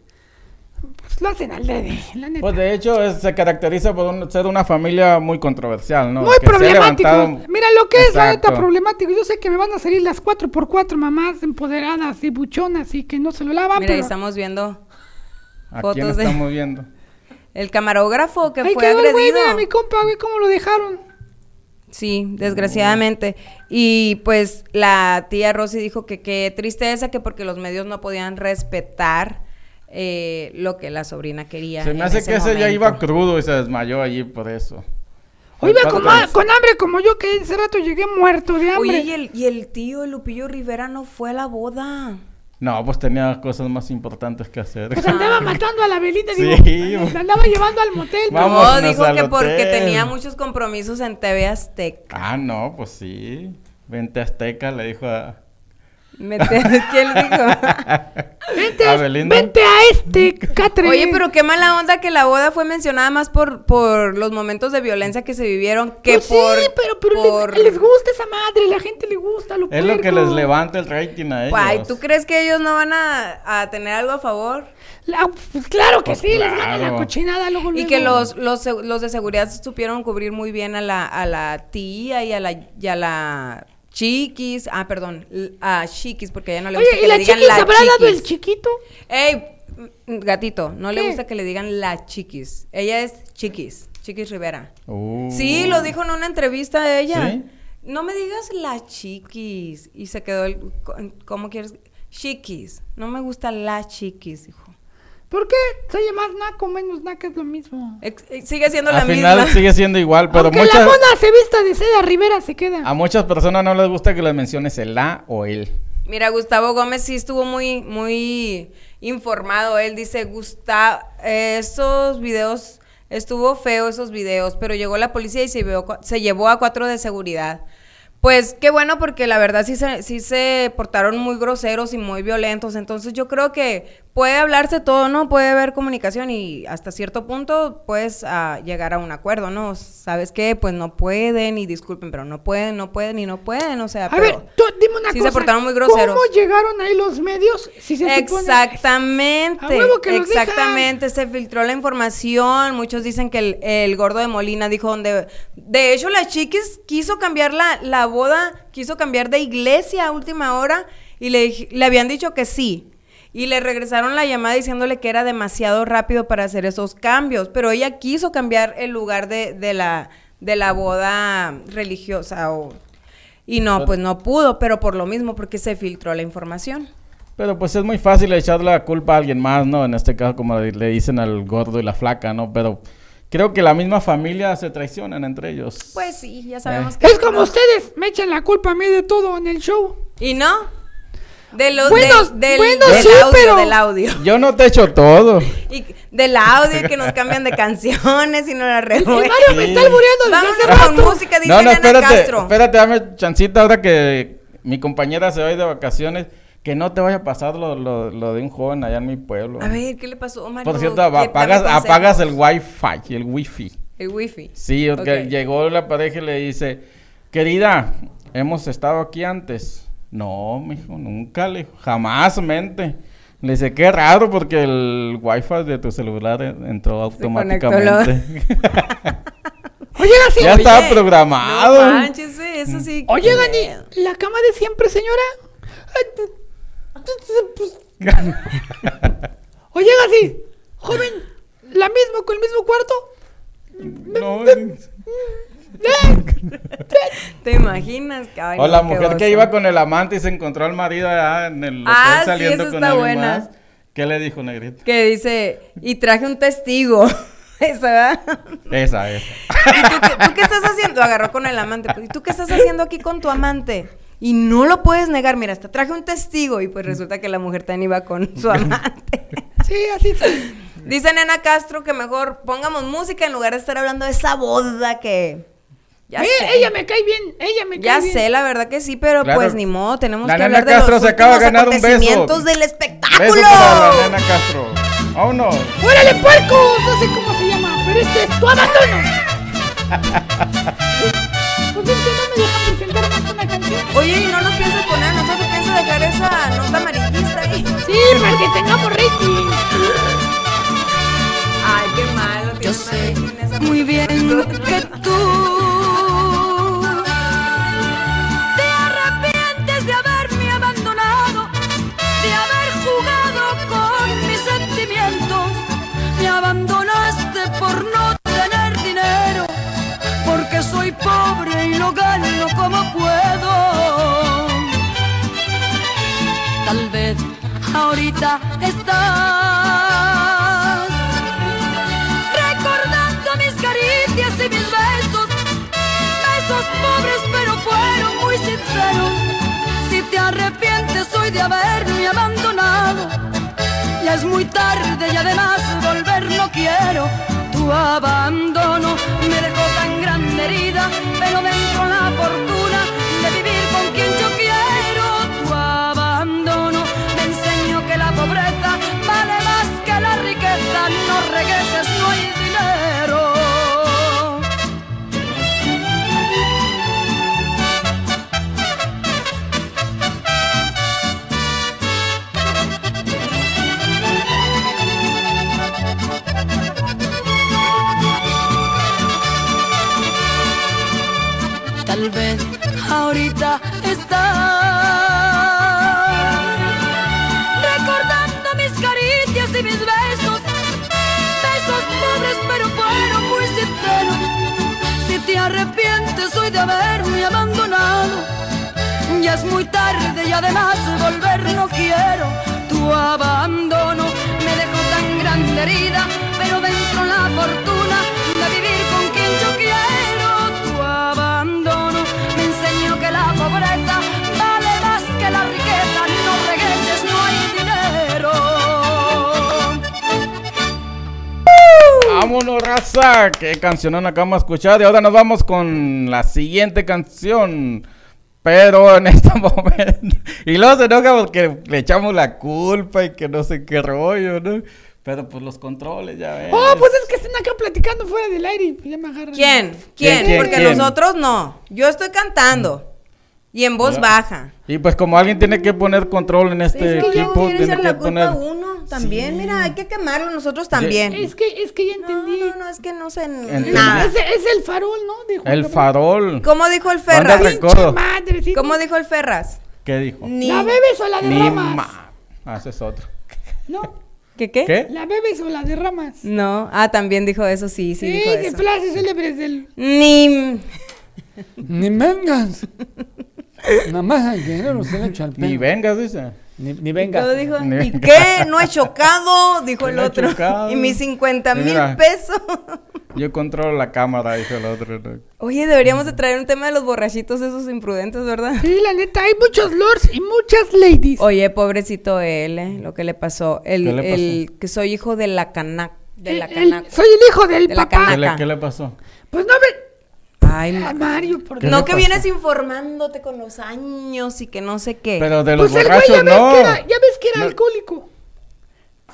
Pues lo hacen al dede, la neta. Pues de hecho es- se caracteriza por un- ser una familia muy controversial, ¿no? muy Que se ha problemático. levantado- Mira lo que es la neta Exacto. problemático. Yo sé que me van a salir las 4x4 mamás empoderadas y buchonas y que no se lo lavan, mira, ahí Ah, pero. estamos viendo ¿A quién fotos de- estamos viendo? el camarógrafo que Ahí fue quedó el güey, mira mi agredido. compa, güey, cómo lo dejaron. Sí, desgraciadamente. Y pues la tía Rosy dijo que qué tristeza que porque los medios no podían respetar eh, lo que la sobrina quería. Se en me hace ese que ese ya iba momento. crudo y se desmayó allí por eso. O iba con, Entonces- con hambre como yo, que ese rato llegué muerto de hambre. Oye, y el, y el tío, el Lupillo Rivera, no fue a la boda. No, pues tenía cosas más importantes que hacer. Pues andaba matando a la Belinda, Sí, digo, güey. la andaba llevando al motel. Va- no, Vámonos dijo al que porque hotel. tenía muchos compromisos en TV Azteca. Ah, no, pues sí. Vente Azteca, le dijo a... Meter- ¿Quién le dijo? Vente, a a, Belinda. vente a este catre. Oye, pero qué mala onda que la boda fue mencionada más por, por los momentos de violencia que se vivieron que Pues por... Sí, pero, pero les- por- les, gusta esa madre, la gente le gusta, lo Es lo que puerco. les levanta el rating a ellos. Ay, ¿tú crees que ellos no van a, a tener algo a favor? La- pues claro que Pues sí, les gana la claro. cochinada luego, Y Pues luego. que los, los, seg- los de seguridad supieron cubrir muy bien a la, a la tía y a la, y a la chiquis. Ah, perdón, l- a chiquis, porque a ella no le gusta Oye, que ¿y la le digan chiquis la habrá dado chiquis. el chiquito? Ey, mm, gatito, no le ¿Qué? gusta que le digan la chiquis. Ella es chiquis, chiquis Rivera. Uh. Sí, lo dijo en una entrevista de ella. ¿Sí? No me digas la chiquis. Y se quedó el. co- ¿Cómo quieres? Chiquis. No me gusta la chiquis, dijo. ¿Por qué? Se oye más naco, menos naca, es lo mismo. Ex- ex- sigue siendo la Al final misma. sigue siendo igual, pero Aunque muchas... Ah, la mona se vista de seda, Rivera se queda. A muchas personas no les gusta que les menciones el A o el. Mira, Gustavo Gómez sí estuvo muy, muy informado. Él dice, Gustavo, esos videos, estuvo feo esos videos, pero llegó la policía y se, llevó cua- se llevó a cuatro de seguridad. Pues qué bueno, porque la verdad sí se, sí se portaron muy groseros y muy violentos. Entonces yo creo que puede hablarse todo, ¿no? Puede haber comunicación y hasta cierto punto puedes ah, llegar a un acuerdo, ¿no? ¿Sabes qué? Pues no pueden y disculpen, pero no pueden, no pueden y no pueden. O sea, A Ah, pero- ver, tú, dime una sí cosa. se portaron muy groseros. ¿Cómo llegaron ahí los medios? Si se supone- Exactamente. A huevo que los exactamente, se filtró la información. Muchos dicen que el, el gordo de Molina dijo donde. De hecho, la chiquis quiso cambiar la, la boda, quiso cambiar de iglesia a última hora y le, dij- le habían dicho que sí. Y le regresaron la llamada diciéndole que era demasiado rápido para hacer esos cambios. Pero ella quiso cambiar el lugar de, de la, de la boda religiosa. o- y no, pues no pudo, pero por lo mismo, porque se filtró la información. Pero pues es muy fácil echar la culpa a alguien más, ¿no? En este caso, como le dicen al gordo y la flaca, ¿no? Pero creo que la misma familia se traicionan entre ellos. Pues sí, ya sabemos Eh. que. Es como ustedes, me echan la culpa a mí de todo en el show. ¿Y no? De los Bueno, del, del- bueno, del sí, audio, pero- del audio. Yo no te echo todo. Y del audio que nos cambian de canciones y nos la El Mario revuelven. me está albureando desde Vámonos hace con rato. música, dice No, no, Ana espérate, Castro. espérate, dame chancita ahora que mi compañera se va a ir de vacaciones. Que no te vaya a pasar lo, lo- lo de un joven allá en mi pueblo. A ver, ¿qué le pasó, Mario? Por cierto, ¿Qué- dame apagas, consejos? apagas el wifi, el wifi. El wifi. Sí, Ok. porque llegó la pareja y le dice, querida, hemos estado aquí antes. No, mijo, nunca, le dijo, jamás mente. Le dice, qué raro porque el wifi de tu celular en- entró conectó automáticamente. Oye, así. ya Oye, estaba programado. No manches, eh, eso sí. Oye, Gani, la cama de siempre, señora. Oye, así, joven, la misma con el mismo cuarto. No, ¡Ah! ¿Te imaginas? que- ay, o no, la qué mujer que oso. iba con el amante y se encontró al marido allá en el hotel Ah, sí, saliendo esa con está alguien buena. más. ¿Qué le dijo Negrito? Que dice, y traje un testigo. Esa, ¿verdad? Esa, esa. ¿Y tú, qué, tú qué estás haciendo? Agarró con el amante. pues, ¿Y tú qué estás haciendo aquí con tu amante? Y no lo puedes negar. Mira, hasta traje un testigo. Y pues resulta que la mujer también iba con su amante. Sí, así es. Dice Nena Castro que mejor pongamos música en lugar de estar hablando de esa boda que. Ya Eh, sé. Ella me cae bien, ella me cae Ya bien. sé, la verdad que sí, pero Claro. pues ni modo, tenemos La que Nena hablar de Castro los se acaba de últimos ganar un beso. acontecimientos del Beso espectáculo. para la nena Castro. Vámonos. ¡Órale, puerco! No sé cómo se llama, pero este es tu abandono. pues es que no me dejan presentar más con la canción. Oye, y no nos piensas poner a nosotros, piensas dejar esa nota amarillista ahí. Sí, para que tengamos rating. Ay, qué malo. Yo sé muy bien que tú te arrepientes de haberme abandonado, de haber jugado con mis sentimientos. Me abandonaste por no tener dinero, porque soy pobre y lo gano como puedo tal vez ahorita estás recordando mis caricias y mis besos, besos pobres pero fueron muy sinceros. Si te arrepientes hoy de haberme abandonado, ya es muy tarde y además volver no quiero. Tu abandono me dejó tan grande herida, pero dentro la fortuna de vivir con quien yo quiero. Tu abandono me enseñó que la pobreza vale más que la riqueza. No regreses, no hay dinero. tal vez ahorita estás recordando mis caricias y mis besos, besos pobres pero fueron muy sinceros. Si te arrepientes hoy de haberme abandonado, ya es muy tarde y además volver no quiero. Tu abandono me dejó tan grande herida, pero dentro la fortuna de vivir con quien yo quiero. Tu abandono me enseñó que la pobreza vale más que la riqueza. No regreses, no hay dinero. Vámonos, raza. Qué canción nos acabamos de escuchar. Y ahora nos vamos con la siguiente canción. Pero en este momento. Y luego se enoja porque le echamos la culpa y que no sé qué rollo, ¿no? Pero pues los controles, ya ves. Oh, pues es que están acá platicando fuera del aire y ya me agarran. ¿Quién? ¿Quién, ¿Quién? quién, Porque quién? nosotros no. Yo estoy cantando. Y en voz Ya. baja. Y pues como alguien tiene que poner control en este es que ya equipo, quiere tiene echar que la culpa poner. a uno también. Mira, hay que quemarlo nosotros también. Es que, es que ya No, entendí. no, no, es que no sé Entendí. nada. Es, es el farol, ¿no? De Juan El Gabriel. farol. ¿Cómo dijo el Banda Ferras? Record. Gordo. Madre, sí. ¿Cómo dijo el Ferras? ¿Qué dijo? Ni... ¿La bebes o la Ni derramas? ma. Ah, ese es otro. No, ¿Qué qué? ¿Qué? la bebes o la derramas. Sí, No. Ah, también dijo eso, sí, sí, dijo de eso. frases célebres del... Ni... Ni vengas. Nada más al dinero se le echa al Ni pelo. vengas, dice. Ni, ni Luego vengas. dijo, Ni- ¿y qué? No he chocado, dijo el No he otro. chocado. Y mis 50 mil Mira. pesos. Yo controlo la cámara, dijo el otro. ¿no? Oye, deberíamos de traer un tema de los borrachitos esos imprudentes, ¿verdad? Sí, la neta, hay muchos lords y muchas ladies. Oye, pobrecito él, eh, lo que le pasó. El, ¿Qué le pasó? el que soy hijo de la canaca. De la Eh, El- el- canaca. soy el hijo del De la papá. ¿Qué le, Acá. ¿Qué le pasó? Pues no me... Ay, Ah, ma- Mario, por ¿Qué Dios. no le que pasó? vienes informándote con los años y que no sé qué. Pero de los Pues el güey borrachos ya ves no. que era, ya ves que era No. alcohólico.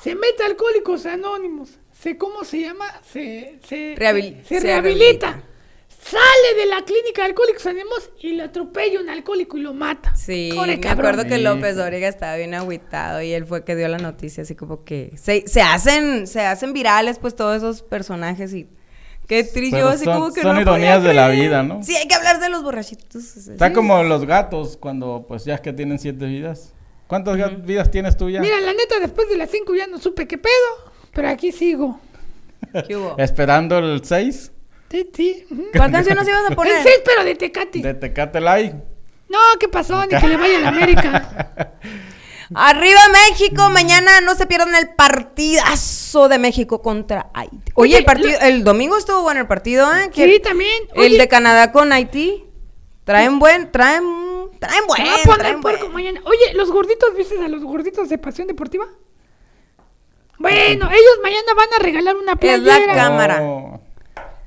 Se mete a Alcohólicos Anónimos. Se, ¿Cómo se llama? Se, se, Rehabil- se se rehabilita. rehabilita. Sale de la clínica de Alcohólicos Anónimos y lo atropella un alcohólico y lo mata. Sí, Corre, me cabrón. acuerdo que Sí. López Dóriga estaba bien agüitado y él fue que dio la noticia, así como que se, se hacen se hacen virales pues todos esos personajes y qué trillo, Pero así son- como que son no ironías podía de la creer. vida, ¿no? Sí, hay que hablar de los borrachitos. o sea, Está sí. como los gatos cuando, pues ya es que tienen siete vidas. ¿Cuántas ga- vidas tienes tú ya? Mira, la neta, después de las 5 ya no supe qué pedo, pero aquí sigo. ¿Qué hubo? Esperando el seis. Ti, ti, ujú. ¿Cuál canción nos ibas a El poner? 6, pero de Tecati. De Tecate Light. No, ¿qué pasó? Ni que le vaya a la América. Arriba México, mañana no se pierdan el partidazo de México contra Haití. Oye, Oye, el partido, el domingo estuvo bueno el partido, ¿eh? Que- Sí, también. El Oye, de Canadá con Haití. Traen buen, traen, traen se buen, va a poner traen puerco buen. mañana. Oye, los gorditos, ¿viste a los gorditos de Pasión Deportiva? Bueno, ellos mañana van a regalar una Es playera. la cámara. Oh,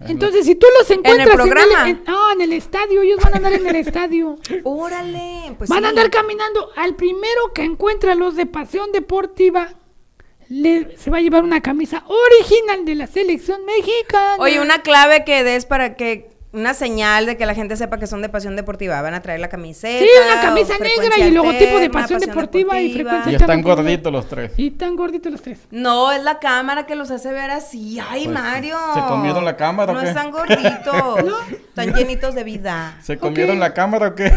Entonces, si tú los encuentras programa? en- no, en el estadio, ellos van a andar en el estadio. Órale, pues van sí. a andar caminando. Al primero que encuentra los de Pasión Deportiva, le, se va a llevar una camisa original de la selección mexicana. Oye, una clave que des para que una señal de que la gente sepa que son de Pasión Deportiva. Van a traer la camiseta. Sí, una camisa o negra frecuencia y el logotipo de alterna, Pasión Deportiva y Y frecuencia- están gorditos los tres. Y tan gorditos los tres. No, es la cámara que los hace ver así. ¡Ay, Pues, Mario! ¿se comieron la cámara o No qué? están gorditos. Están llenitos de vida. ¿Se comieron Ok. la cámara o qué?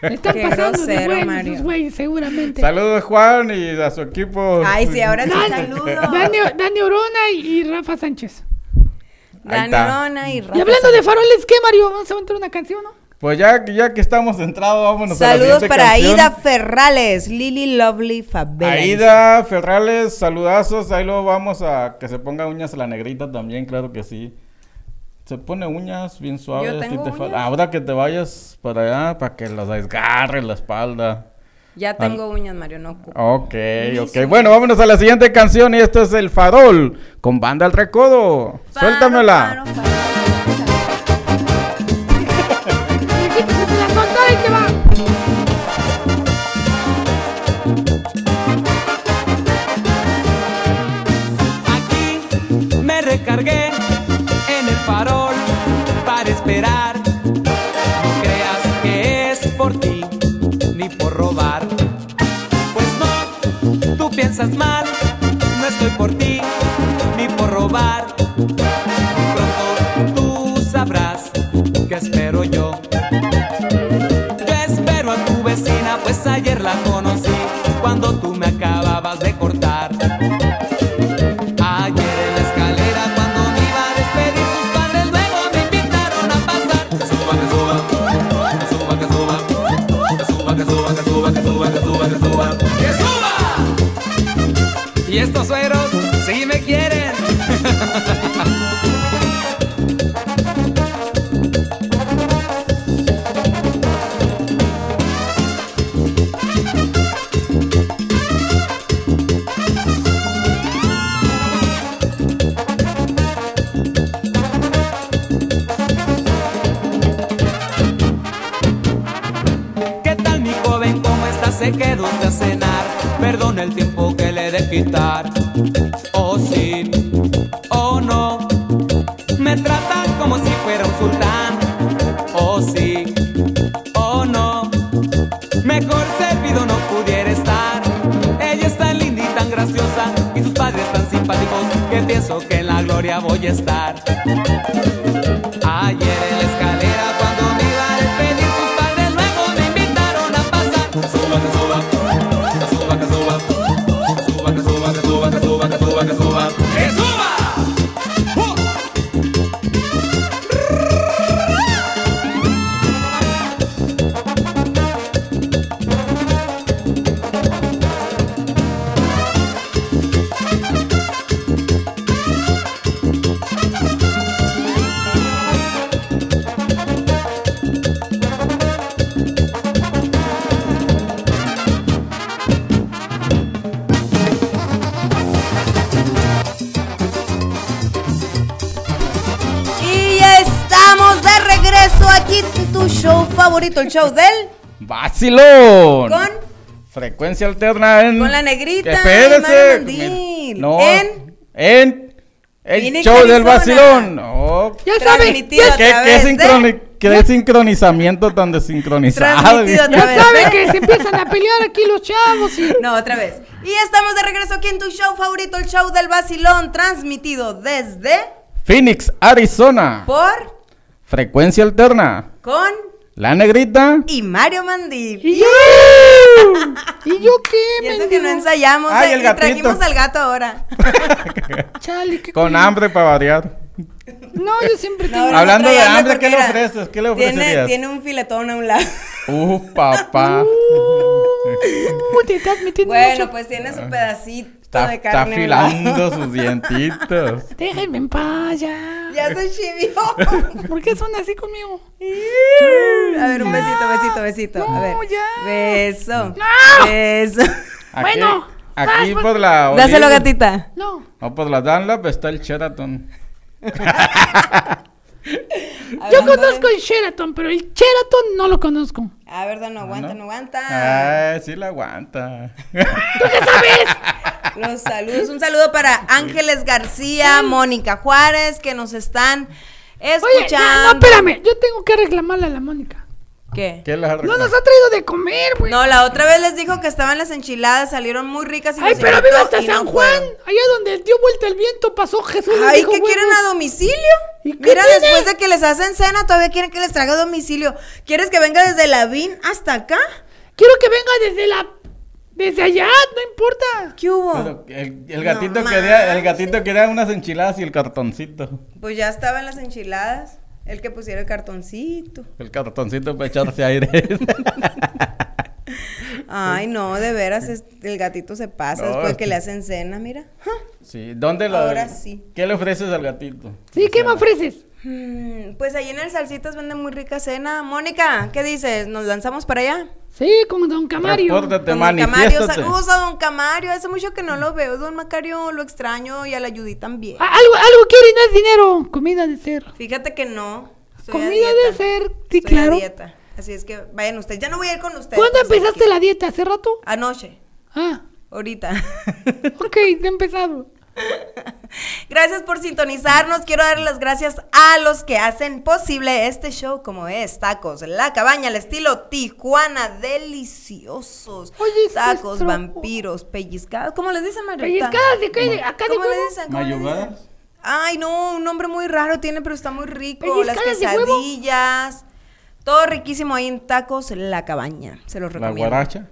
Están Qué pasando de grosero, buenos, Mario. los güeyes, seguramente. Saludos, Juan, y a su equipo. Ay, sí, ahora sí, Dan- saludos. Dani, Dani Orona y, y Rafa Sánchez. Ahí Dan está. Orona y Y Rafa hablando de faroles, ¿qué, Mario? ¿Vamos a aventar una canción, no? Pues ya, que- ya que estamos centrados, vámonos Saludos a la siguiente para canción. Aida Ferrales, Lily Lovely Favela. Aida Ferrales, saludazos. Ahí lo vamos a que se ponga uñas la negrita también, claro que sí. Se pone uñas bien suaves. a ti tengo te fal- uñas. Ahora que te vayas para allá, para que las desgarre la espalda. Ya tengo uñas, Mario, no ocupo. Ok, ok. Bueno, vámonos a la siguiente canción. Y esto es El Farol con Banda al Recodo. Suéltamela. Faro, faro, faro. La contó y te va. Aquí me recargué en el farol para esperar. No creas que es por ti ni por robar. Pues no, tú piensas mal. No estoy por ti ni por robar. Pronto tú sabrás que espero yo. Yo espero a tu vecina, pues ayer la conocí cuando tú me acababas de cortar. Ayer en la escalera cuando me iba a despedir sus padres luego me invitaron a pasar. Que suba, que suba, que suba, que suba, que suba, que suba, que suba, que suba, que suba, que suba, que suba. Y estos sueros sí me quieren. ¿Qué tal mi joven? ¿Cómo estás? Se quedó usted a cenar. Perdona el tiempo que le he de quitar. Oh sí, oh no. Me trata como si fuera un sultán. Oh sí, oh no. Mejor servido no pudiera estar. Ella es tan linda y tan graciosa. Y sus padres tan simpáticos que pienso que en la gloria voy a estar. Ayer en la escalera cuando me iba a despedir sus padres luego me invitaron a pasar. Que suba, que suba, que suba, que suba, que suba, que suba, que suba, que suba, que suba, que suba, que suba. ¡Uh! Y ya estamos de regreso aquí en tu show favorito, el show del Vacilón. con, Frecuencia alterna en. con la negrita. Espérense. Mario Mandil. No. En En. En. El Phoenix, show del Arizona. vacilón. Oh, Ya saben, transmitido a ¿Qué, qué través de- sincroni- qué sincronizamiento tan desincronizado? Transmitido a Ya ver. saben que se empiezan a pelear aquí los chavos. Y... No, otra vez. Y estamos de regreso aquí en tu show favorito, el show del vacilón, transmitido desde Phoenix, Arizona. por Frecuencia alterna. con La negrita. y Mario Mandil. ¿Y yo? ¿Y yo qué, Y eso que no mendigo? ensayamos Ay, eh, el y gatito. trajimos al gato ahora. Chale, qué Con cosa. hambre para variar. No, yo siempre No, tengo. no, Hablando no trae de hambre hambre, porque ¿qué le mira, ofreces? ¿Qué le Tiene, ofrecerías? tiene un filetón a un lado. Uh, papá. Uh, te estás metiendo Bueno, mucho. Ah, pues tiene su pedacito está, de está carne. afilando sus dientitos. Déjenme en paz ya. Ya se chivió. ¿Por qué son así conmigo? A ver, un besito, besito, besito. A ver. No, ya. Beso. No. Beso. Aquí, Bueno, Aquí vas, por la. Dáselo, Olivo- gatita. No. No, por la Dunlap está el Sheraton. Yo conozco el Sheraton, pero el Sheraton no lo conozco. A ver, Ah, no aguanta, ¿no? no aguanta. Ay, sí la aguanta. Los saludos. Un saludo para Ángeles García, Mónica Juárez, que nos están Oye, ya, escuchando. no, espérame. Yo tengo que reclamarle a la Mónica. ¿Qué? ¿Qué les No nos ha traído de comer, güey. No, la otra vez les dijo que estaban las enchiladas, salieron muy ricas y Ay, nos pero invitó vive hasta y no San Juan. fueron. Allá donde dio vuelta el viento pasó Jesús. y Ay, dijo, que "Huevos". quieren a domicilio. ¿Y qué Mira, tiene? después de que les hacen cena, todavía quieren que les traiga a domicilio. ¿Quieres que venga desde Lavín hasta acá? Quiero que venga desde la. Desde allá, no importa. ¿Qué hubo? Pero el, el No gatito manches. quería, el gatito quería unas enchiladas y el cartoncito. Pues ya estaban las enchiladas. El que pusiera el cartoncito. El cartoncito para echarse aire. Ay, no, de veras, es- el gatito se pasa No, después es que que- le hacen cena, mira. Ja. sí, ¿dónde lo Ahora sí. ¿Qué le ofreces al gatito? Sí, ¿qué me ofreces? Mm, Pues ahí en el Salsitas venden muy rica cena. Mónica, ¿qué dices? ¿Nos lanzamos para allá? Sí, con Don Camario. Transpórtate, Don Camario, manifiéstate. saludos a don Camario. Hace mucho que no lo veo, don Macario, lo extraño y a la Judy también. A- Algo, algo quiere y no es dinero. Comida de ser. Fíjate que no. estoy a Comida de dieta. ser. Sí, Estoy a claro. dieta. Así es que vayan ustedes. Ya no voy a ir con ustedes. ¿Cuándo o sea, empezaste que- la dieta? ¿Hace rato? Anoche, Ah, ahorita. ok, te he empezado. gracias por sintonizarnos. Quiero dar las gracias a los que hacen posible este show como es Tacos La Cabaña al estilo Tijuana, deliciosos. Oye, es tacos, nuestro- vampiros, pellizcadas. ¿Cómo les dicen, Margarita? Pellizcadas de qué? ¿De acá de ¿Cómo le huevo? dicen? ¿Cómo le dicen? ¿Mayugadas? Ay, no, un nombre muy raro tiene, pero está muy rico. Las Pellizcadas de huevo. quesadillas. Todo riquísimo ahí en Tacos La Cabaña. Se los La recomiendo. guaracha.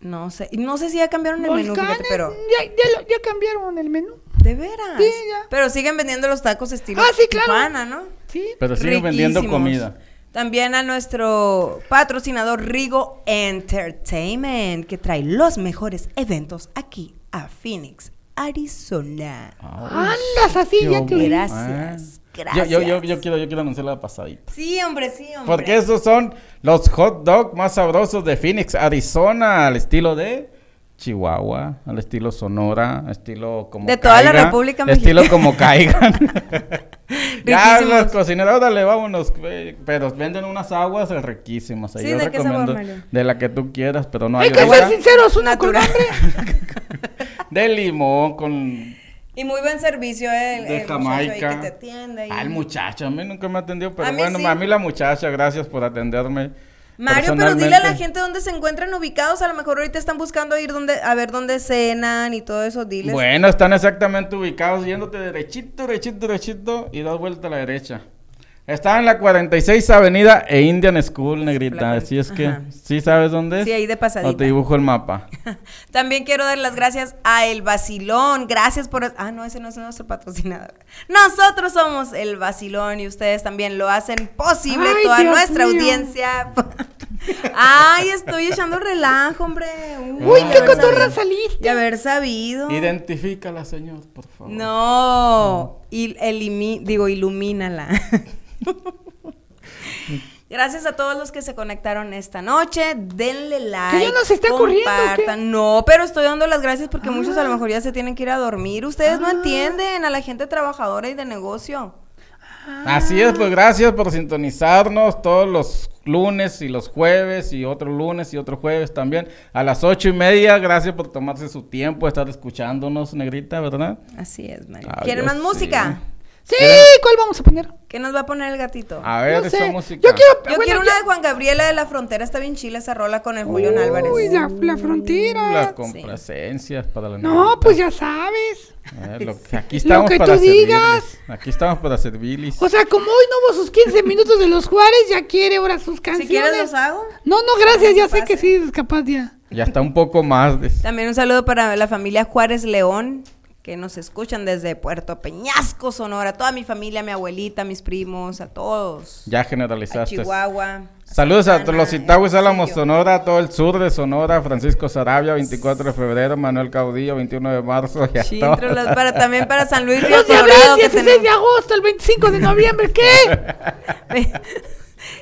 No sé, no sé si ya cambiaron el menú, fíjate, Volcanes, pero ya, ya, lo- ya cambiaron el menú. de veras. Sí, ya. Pero siguen vendiendo los tacos estilo Ah, sí, claro. Tijuana, ¿no? Sí. Pero siguen vendiendo Riquísimos. comida. También a nuestro patrocinador Rigo Entertainment, que trae los mejores eventos aquí a Phoenix, Arizona. Ah. Andas así, Qué ya te olvidé. Gracias, Yo, gracias. yo, yo, yo quiero, yo quiero anunciar la pasadita. Sí, hombre, sí, hombre. Porque esos son los hot dogs más sabrosos de Phoenix, Arizona, al estilo de Chihuahua, al estilo Sonora, estilo como De toda la República Estilo Mexicana. como caigan. ya Riquísimos. los cocineros, dale, vámonos. güey. Pero venden unas aguas riquísimas. ahí Sí, yo ¿de qué sabor, recomiendo Mario? de la que tú quieras, pero no hay Hay que otra. ser sinceros, uno con Natural. hambre. De limón con Y muy buen servicio el, de el muchacho ahí Jamaica. que te atiende. y- Al muchacho, a mí nunca me atendió, pero A mí bueno, sí. a mí la muchacha, gracias por atenderme. Mario, pero dile a la personalmente. gente dónde se encuentran ubicados. A lo mejor ahorita están buscando ir donde, a ver dónde cenan y todo eso. Diles. Bueno, están exactamente ubicados yéndote derechito, derechito, derechito y das vuelta a la derecha. Está en la 46 Avenida e Indian School, negrita. Placa- Así es que, Ajá. ¿sí sabes dónde es? Sí, ahí de pasadita. O te dibujo el mapa. También quiero dar las gracias a El Basilón. Gracias por. Ah, no, ese no es nuestro patrocinador. Nosotros somos El Basilón y ustedes también lo hacen posible, Ay, toda Dios nuestra mío. audiencia. Ay, estoy echando relajo, hombre. Uy, ya qué haber cotorra sabido- saliste. De haber sabido. Identifícala, señor, por favor. No, il- elimi- digo, ilumínala. Gracias a todos los que se conectaron esta noche. Denle like. Que ya nos está corriendo, ¿o qué? Ah. compartan. No, pero estoy dando las gracias porque muchos a lo mejor ya se tienen que ir a dormir. Ustedes no entienden a la gente trabajadora y de negocio. Así es, pues gracias por sintonizarnos todos los lunes y los jueves y otro lunes y otro jueves también a las ocho y media. Gracias por tomarse su tiempo, estar escuchándonos, negrita, ¿verdad? Así es, Mario. Ah, ¿Quieren yo más música? Sí, ¿cuál vamos a poner? ¿Qué nos va a poner el gatito? A ver, no esa sé. música. Yo quiero. Yo Ah. bueno, quiero ya- una de Juan Gabriela de la Frontera. Está bien chila esa rola con el Julián Álvarez. Uy, la, la frontera. Las complacencias para la No, negrita. pues ya sabes. Eh, lo- aquí estamos que para tú servirles. digas. Aquí estamos para servirles. O sea, como hoy no hubo sus 15 minutos de los Juárez, ya quiere ahora sus Si canciones. quieres los hago. No, no, gracias, ya Pase. sé que sí es capaz ya. Ya está un poco más. de- También un saludo para la familia Juárez León, que nos escuchan desde Puerto Peñasco, Sonora, toda mi familia, mi abuelita, mis primos, a todos. Ya a generalizaste. Chihuahua. a Saludos a Santana, los Itagües, Hermosillo. Álamos, Sonora, todo el sur de Sonora, Francisco Sarabia, 24 de febrero, Manuel Caudillo, 21 de marzo. Y a Sí, todos. entre las- para, también para San Luis Río Los de abril, Colorado que 16 de tenemos- agosto, el 25 de noviembre, ¿qué?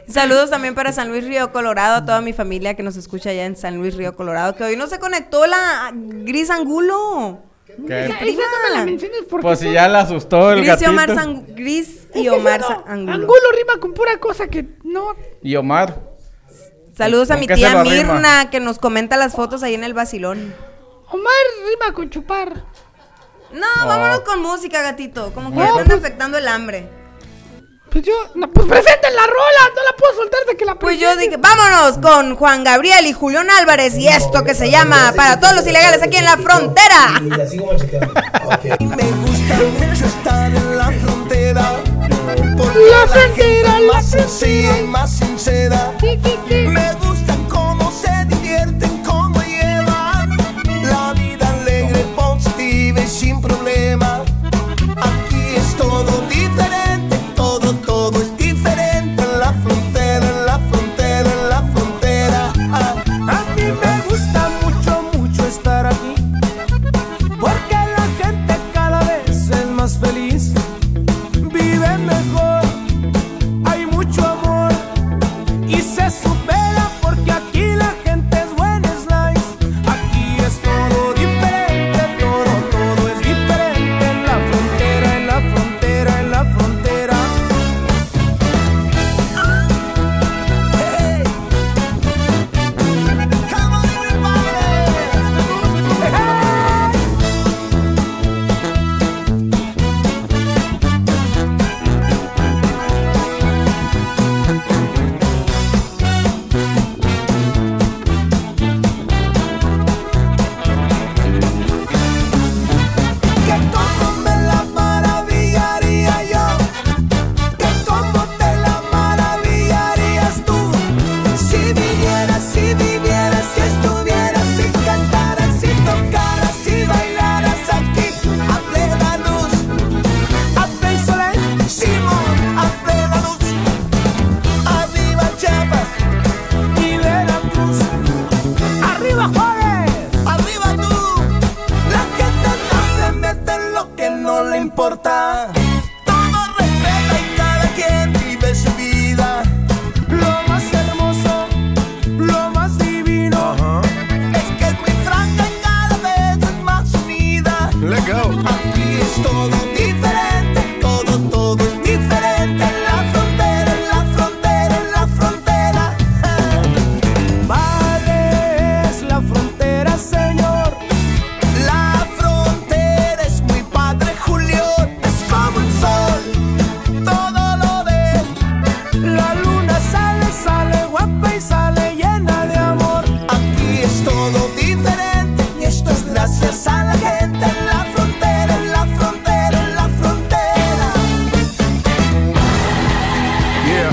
Saludos también para San Luis Río Colorado, a toda mi familia que nos escucha allá en San Luis Río Colorado, que hoy no se conectó la Gris Angulo. Que- Esa, esa no me la menciones porque Pues si son- ya la asustó el Gris y gatito. Omar, San- Gris es y que Omar eso no, San- Angulo. Angulo rima con pura cosa que no. Y Omar. Saludos a ¿Con mi qué se tía lo arrima? Mirna que nos comenta las fotos ahí en el vacilón. Omar rima con chupar. No, vámonos con música, gatito. Como que No, están pues- afectando el hambre. Pues yo, no, pues presenten la rola, no la puedo soltar de que la Pues yo presenten. dije, vámonos con Juan Gabriel y Julián Álvarez y esto que se llama para todos los ilegales aquí en la frontera. Me gusta mucho estar en la frontera. Porque La gente frontera, es la más sencilla y más sincera. Sí, sí, sí. Me gusta cómo se divierten, cómo llevan la vida alegre, positiva y sin problema. Aquí es todo diferente, todo, todo es diferente en la frontera, en la frontera, en la frontera. Ah, a mí me gusta mucho, mucho estar aquí, porque la gente cada vez es más feliz, vive mejor, hay mucho amor y se supera porque aquí la gente es buena, es nice. Aquí es todo diferente, todo, todo es diferente en la frontera, en la frontera, en la frontera. Hey. Come on, everybody. Hey. Que como me la maravillaría yo Que como te la maravillarías tú Si vivieras, si vivieras, si estuvieras Si cantaras, si tocaras, si bailaras aquí A plena luz A plena Simón, a plena luz Arriba Chiapas y Veracruz Arriba Juárez, arriba tú la gente no se mete en lo que no le importa. Todo respeta y cada quien vive su vida. Lo más hermoso, lo más divino. Es que es muy franca y cada vez es más unida. Let go. Aquí es todo diferente, todo, todo es diferente. En la frontera, en la frontera, en la frontera. Vale es la frontera, señor. La frontera es muy padre, Julián. Es como el sol, todo lo de él. La luna sale, sale guapa y sale llena de amor. Aquí es todo diferente y esto es gracias a la gente. En la frontera, en la frontera, en la frontera. Yeah.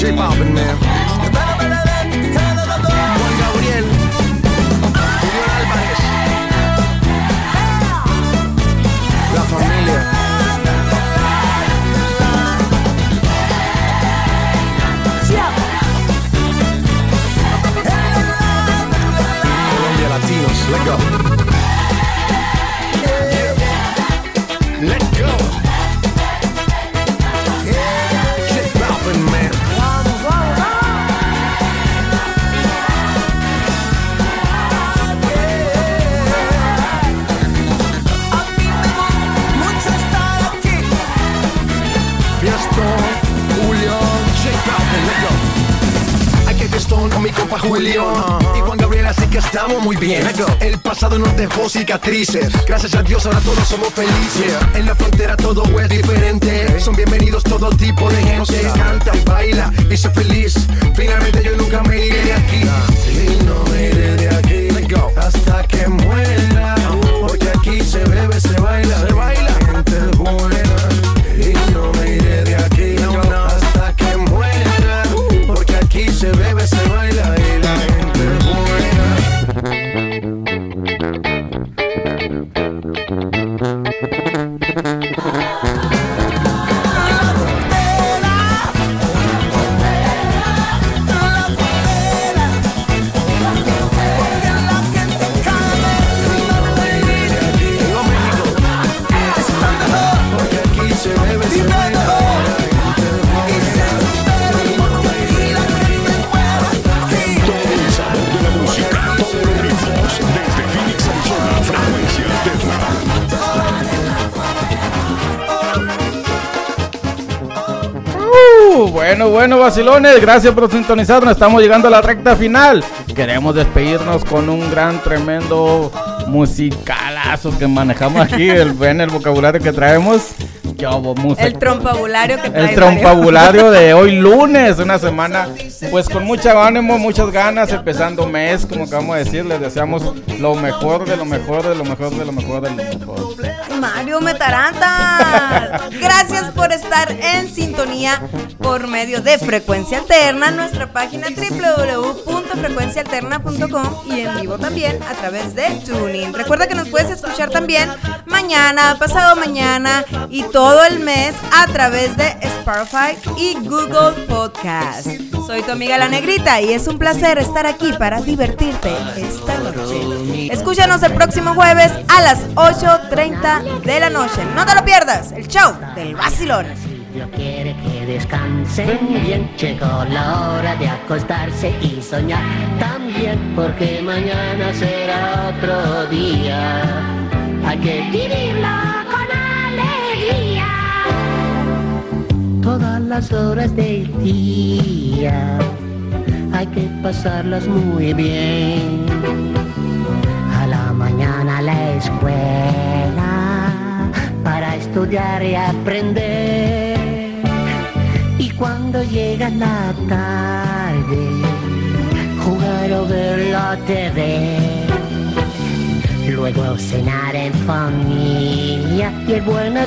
J Balvin, man. Juan Gabriel. Julián Álvarez. La familia. Colombia Latinos. Let go. Yeah. Let go. J Balvin, man. A mí me gusta mucho estar aquí. Fiestón, Julio, J Balvin, let go. Hay que fiestón con mi compa Julio y Juan Gabriel, así que estamos muy bien. El pasado nos dejó cicatrices. Gracias a Dios ahora todos somos felices. En la frontera todo es diferente. Son bienvenidos todo tipo de gente. Canta, baila y sé feliz. Finalmente yo nunca me iré de aquí. Y no me iré de aquí. Hasta que muera. Porque aquí se bebe, se baila. Se baila. Gente buena. Y no me iré de aquí. Hasta que muera. Porque aquí se bebe, se baila y la gente es buena. Uh, Bueno, bueno, vacilones, gracias por sintonizarnos. Estamos llegando a la recta final. Queremos despedirnos con un gran, tremendo musicalazo que manejamos aquí. El, ven el vocabulario que traemos. Qué hubo, música. El trompabulario que trae El trompabulario de hoy lunes, una semana pues con mucho ánimo, muchas ganas, empezando mes, como acabamos de decir, les deseamos lo mejor de lo mejor de lo mejor de lo mejor de lo mejor. Mario Metarantas. Gracias por estar en sintonía por medio de Frecuencia Alterna, nuestra página www.frecuencialterna.com y en vivo también a través de Tuning. Recuerda que nos puedes escuchar también mañana, pasado mañana y todo el mes a través de Spotify y Google Podcast. Soy tu amiga La Negrita y es un placer estar aquí para divertirte esta noche. Escúchanos el próximo jueves a las 8.30 de la noche. No te lo pierdas, el show del vacilón. Si Dios quiere que descansen bien, llegó la hora de acostarse y soñar también, porque mañana será otro día. Hay que vivirlo con alegría todas las horas del día. Hay que pasarlas muy bien. A la mañana a la escuela para estudiar y aprender. Y cuando llega la tarde, jugar o ver la TV. Luego cenar en familia y el buenas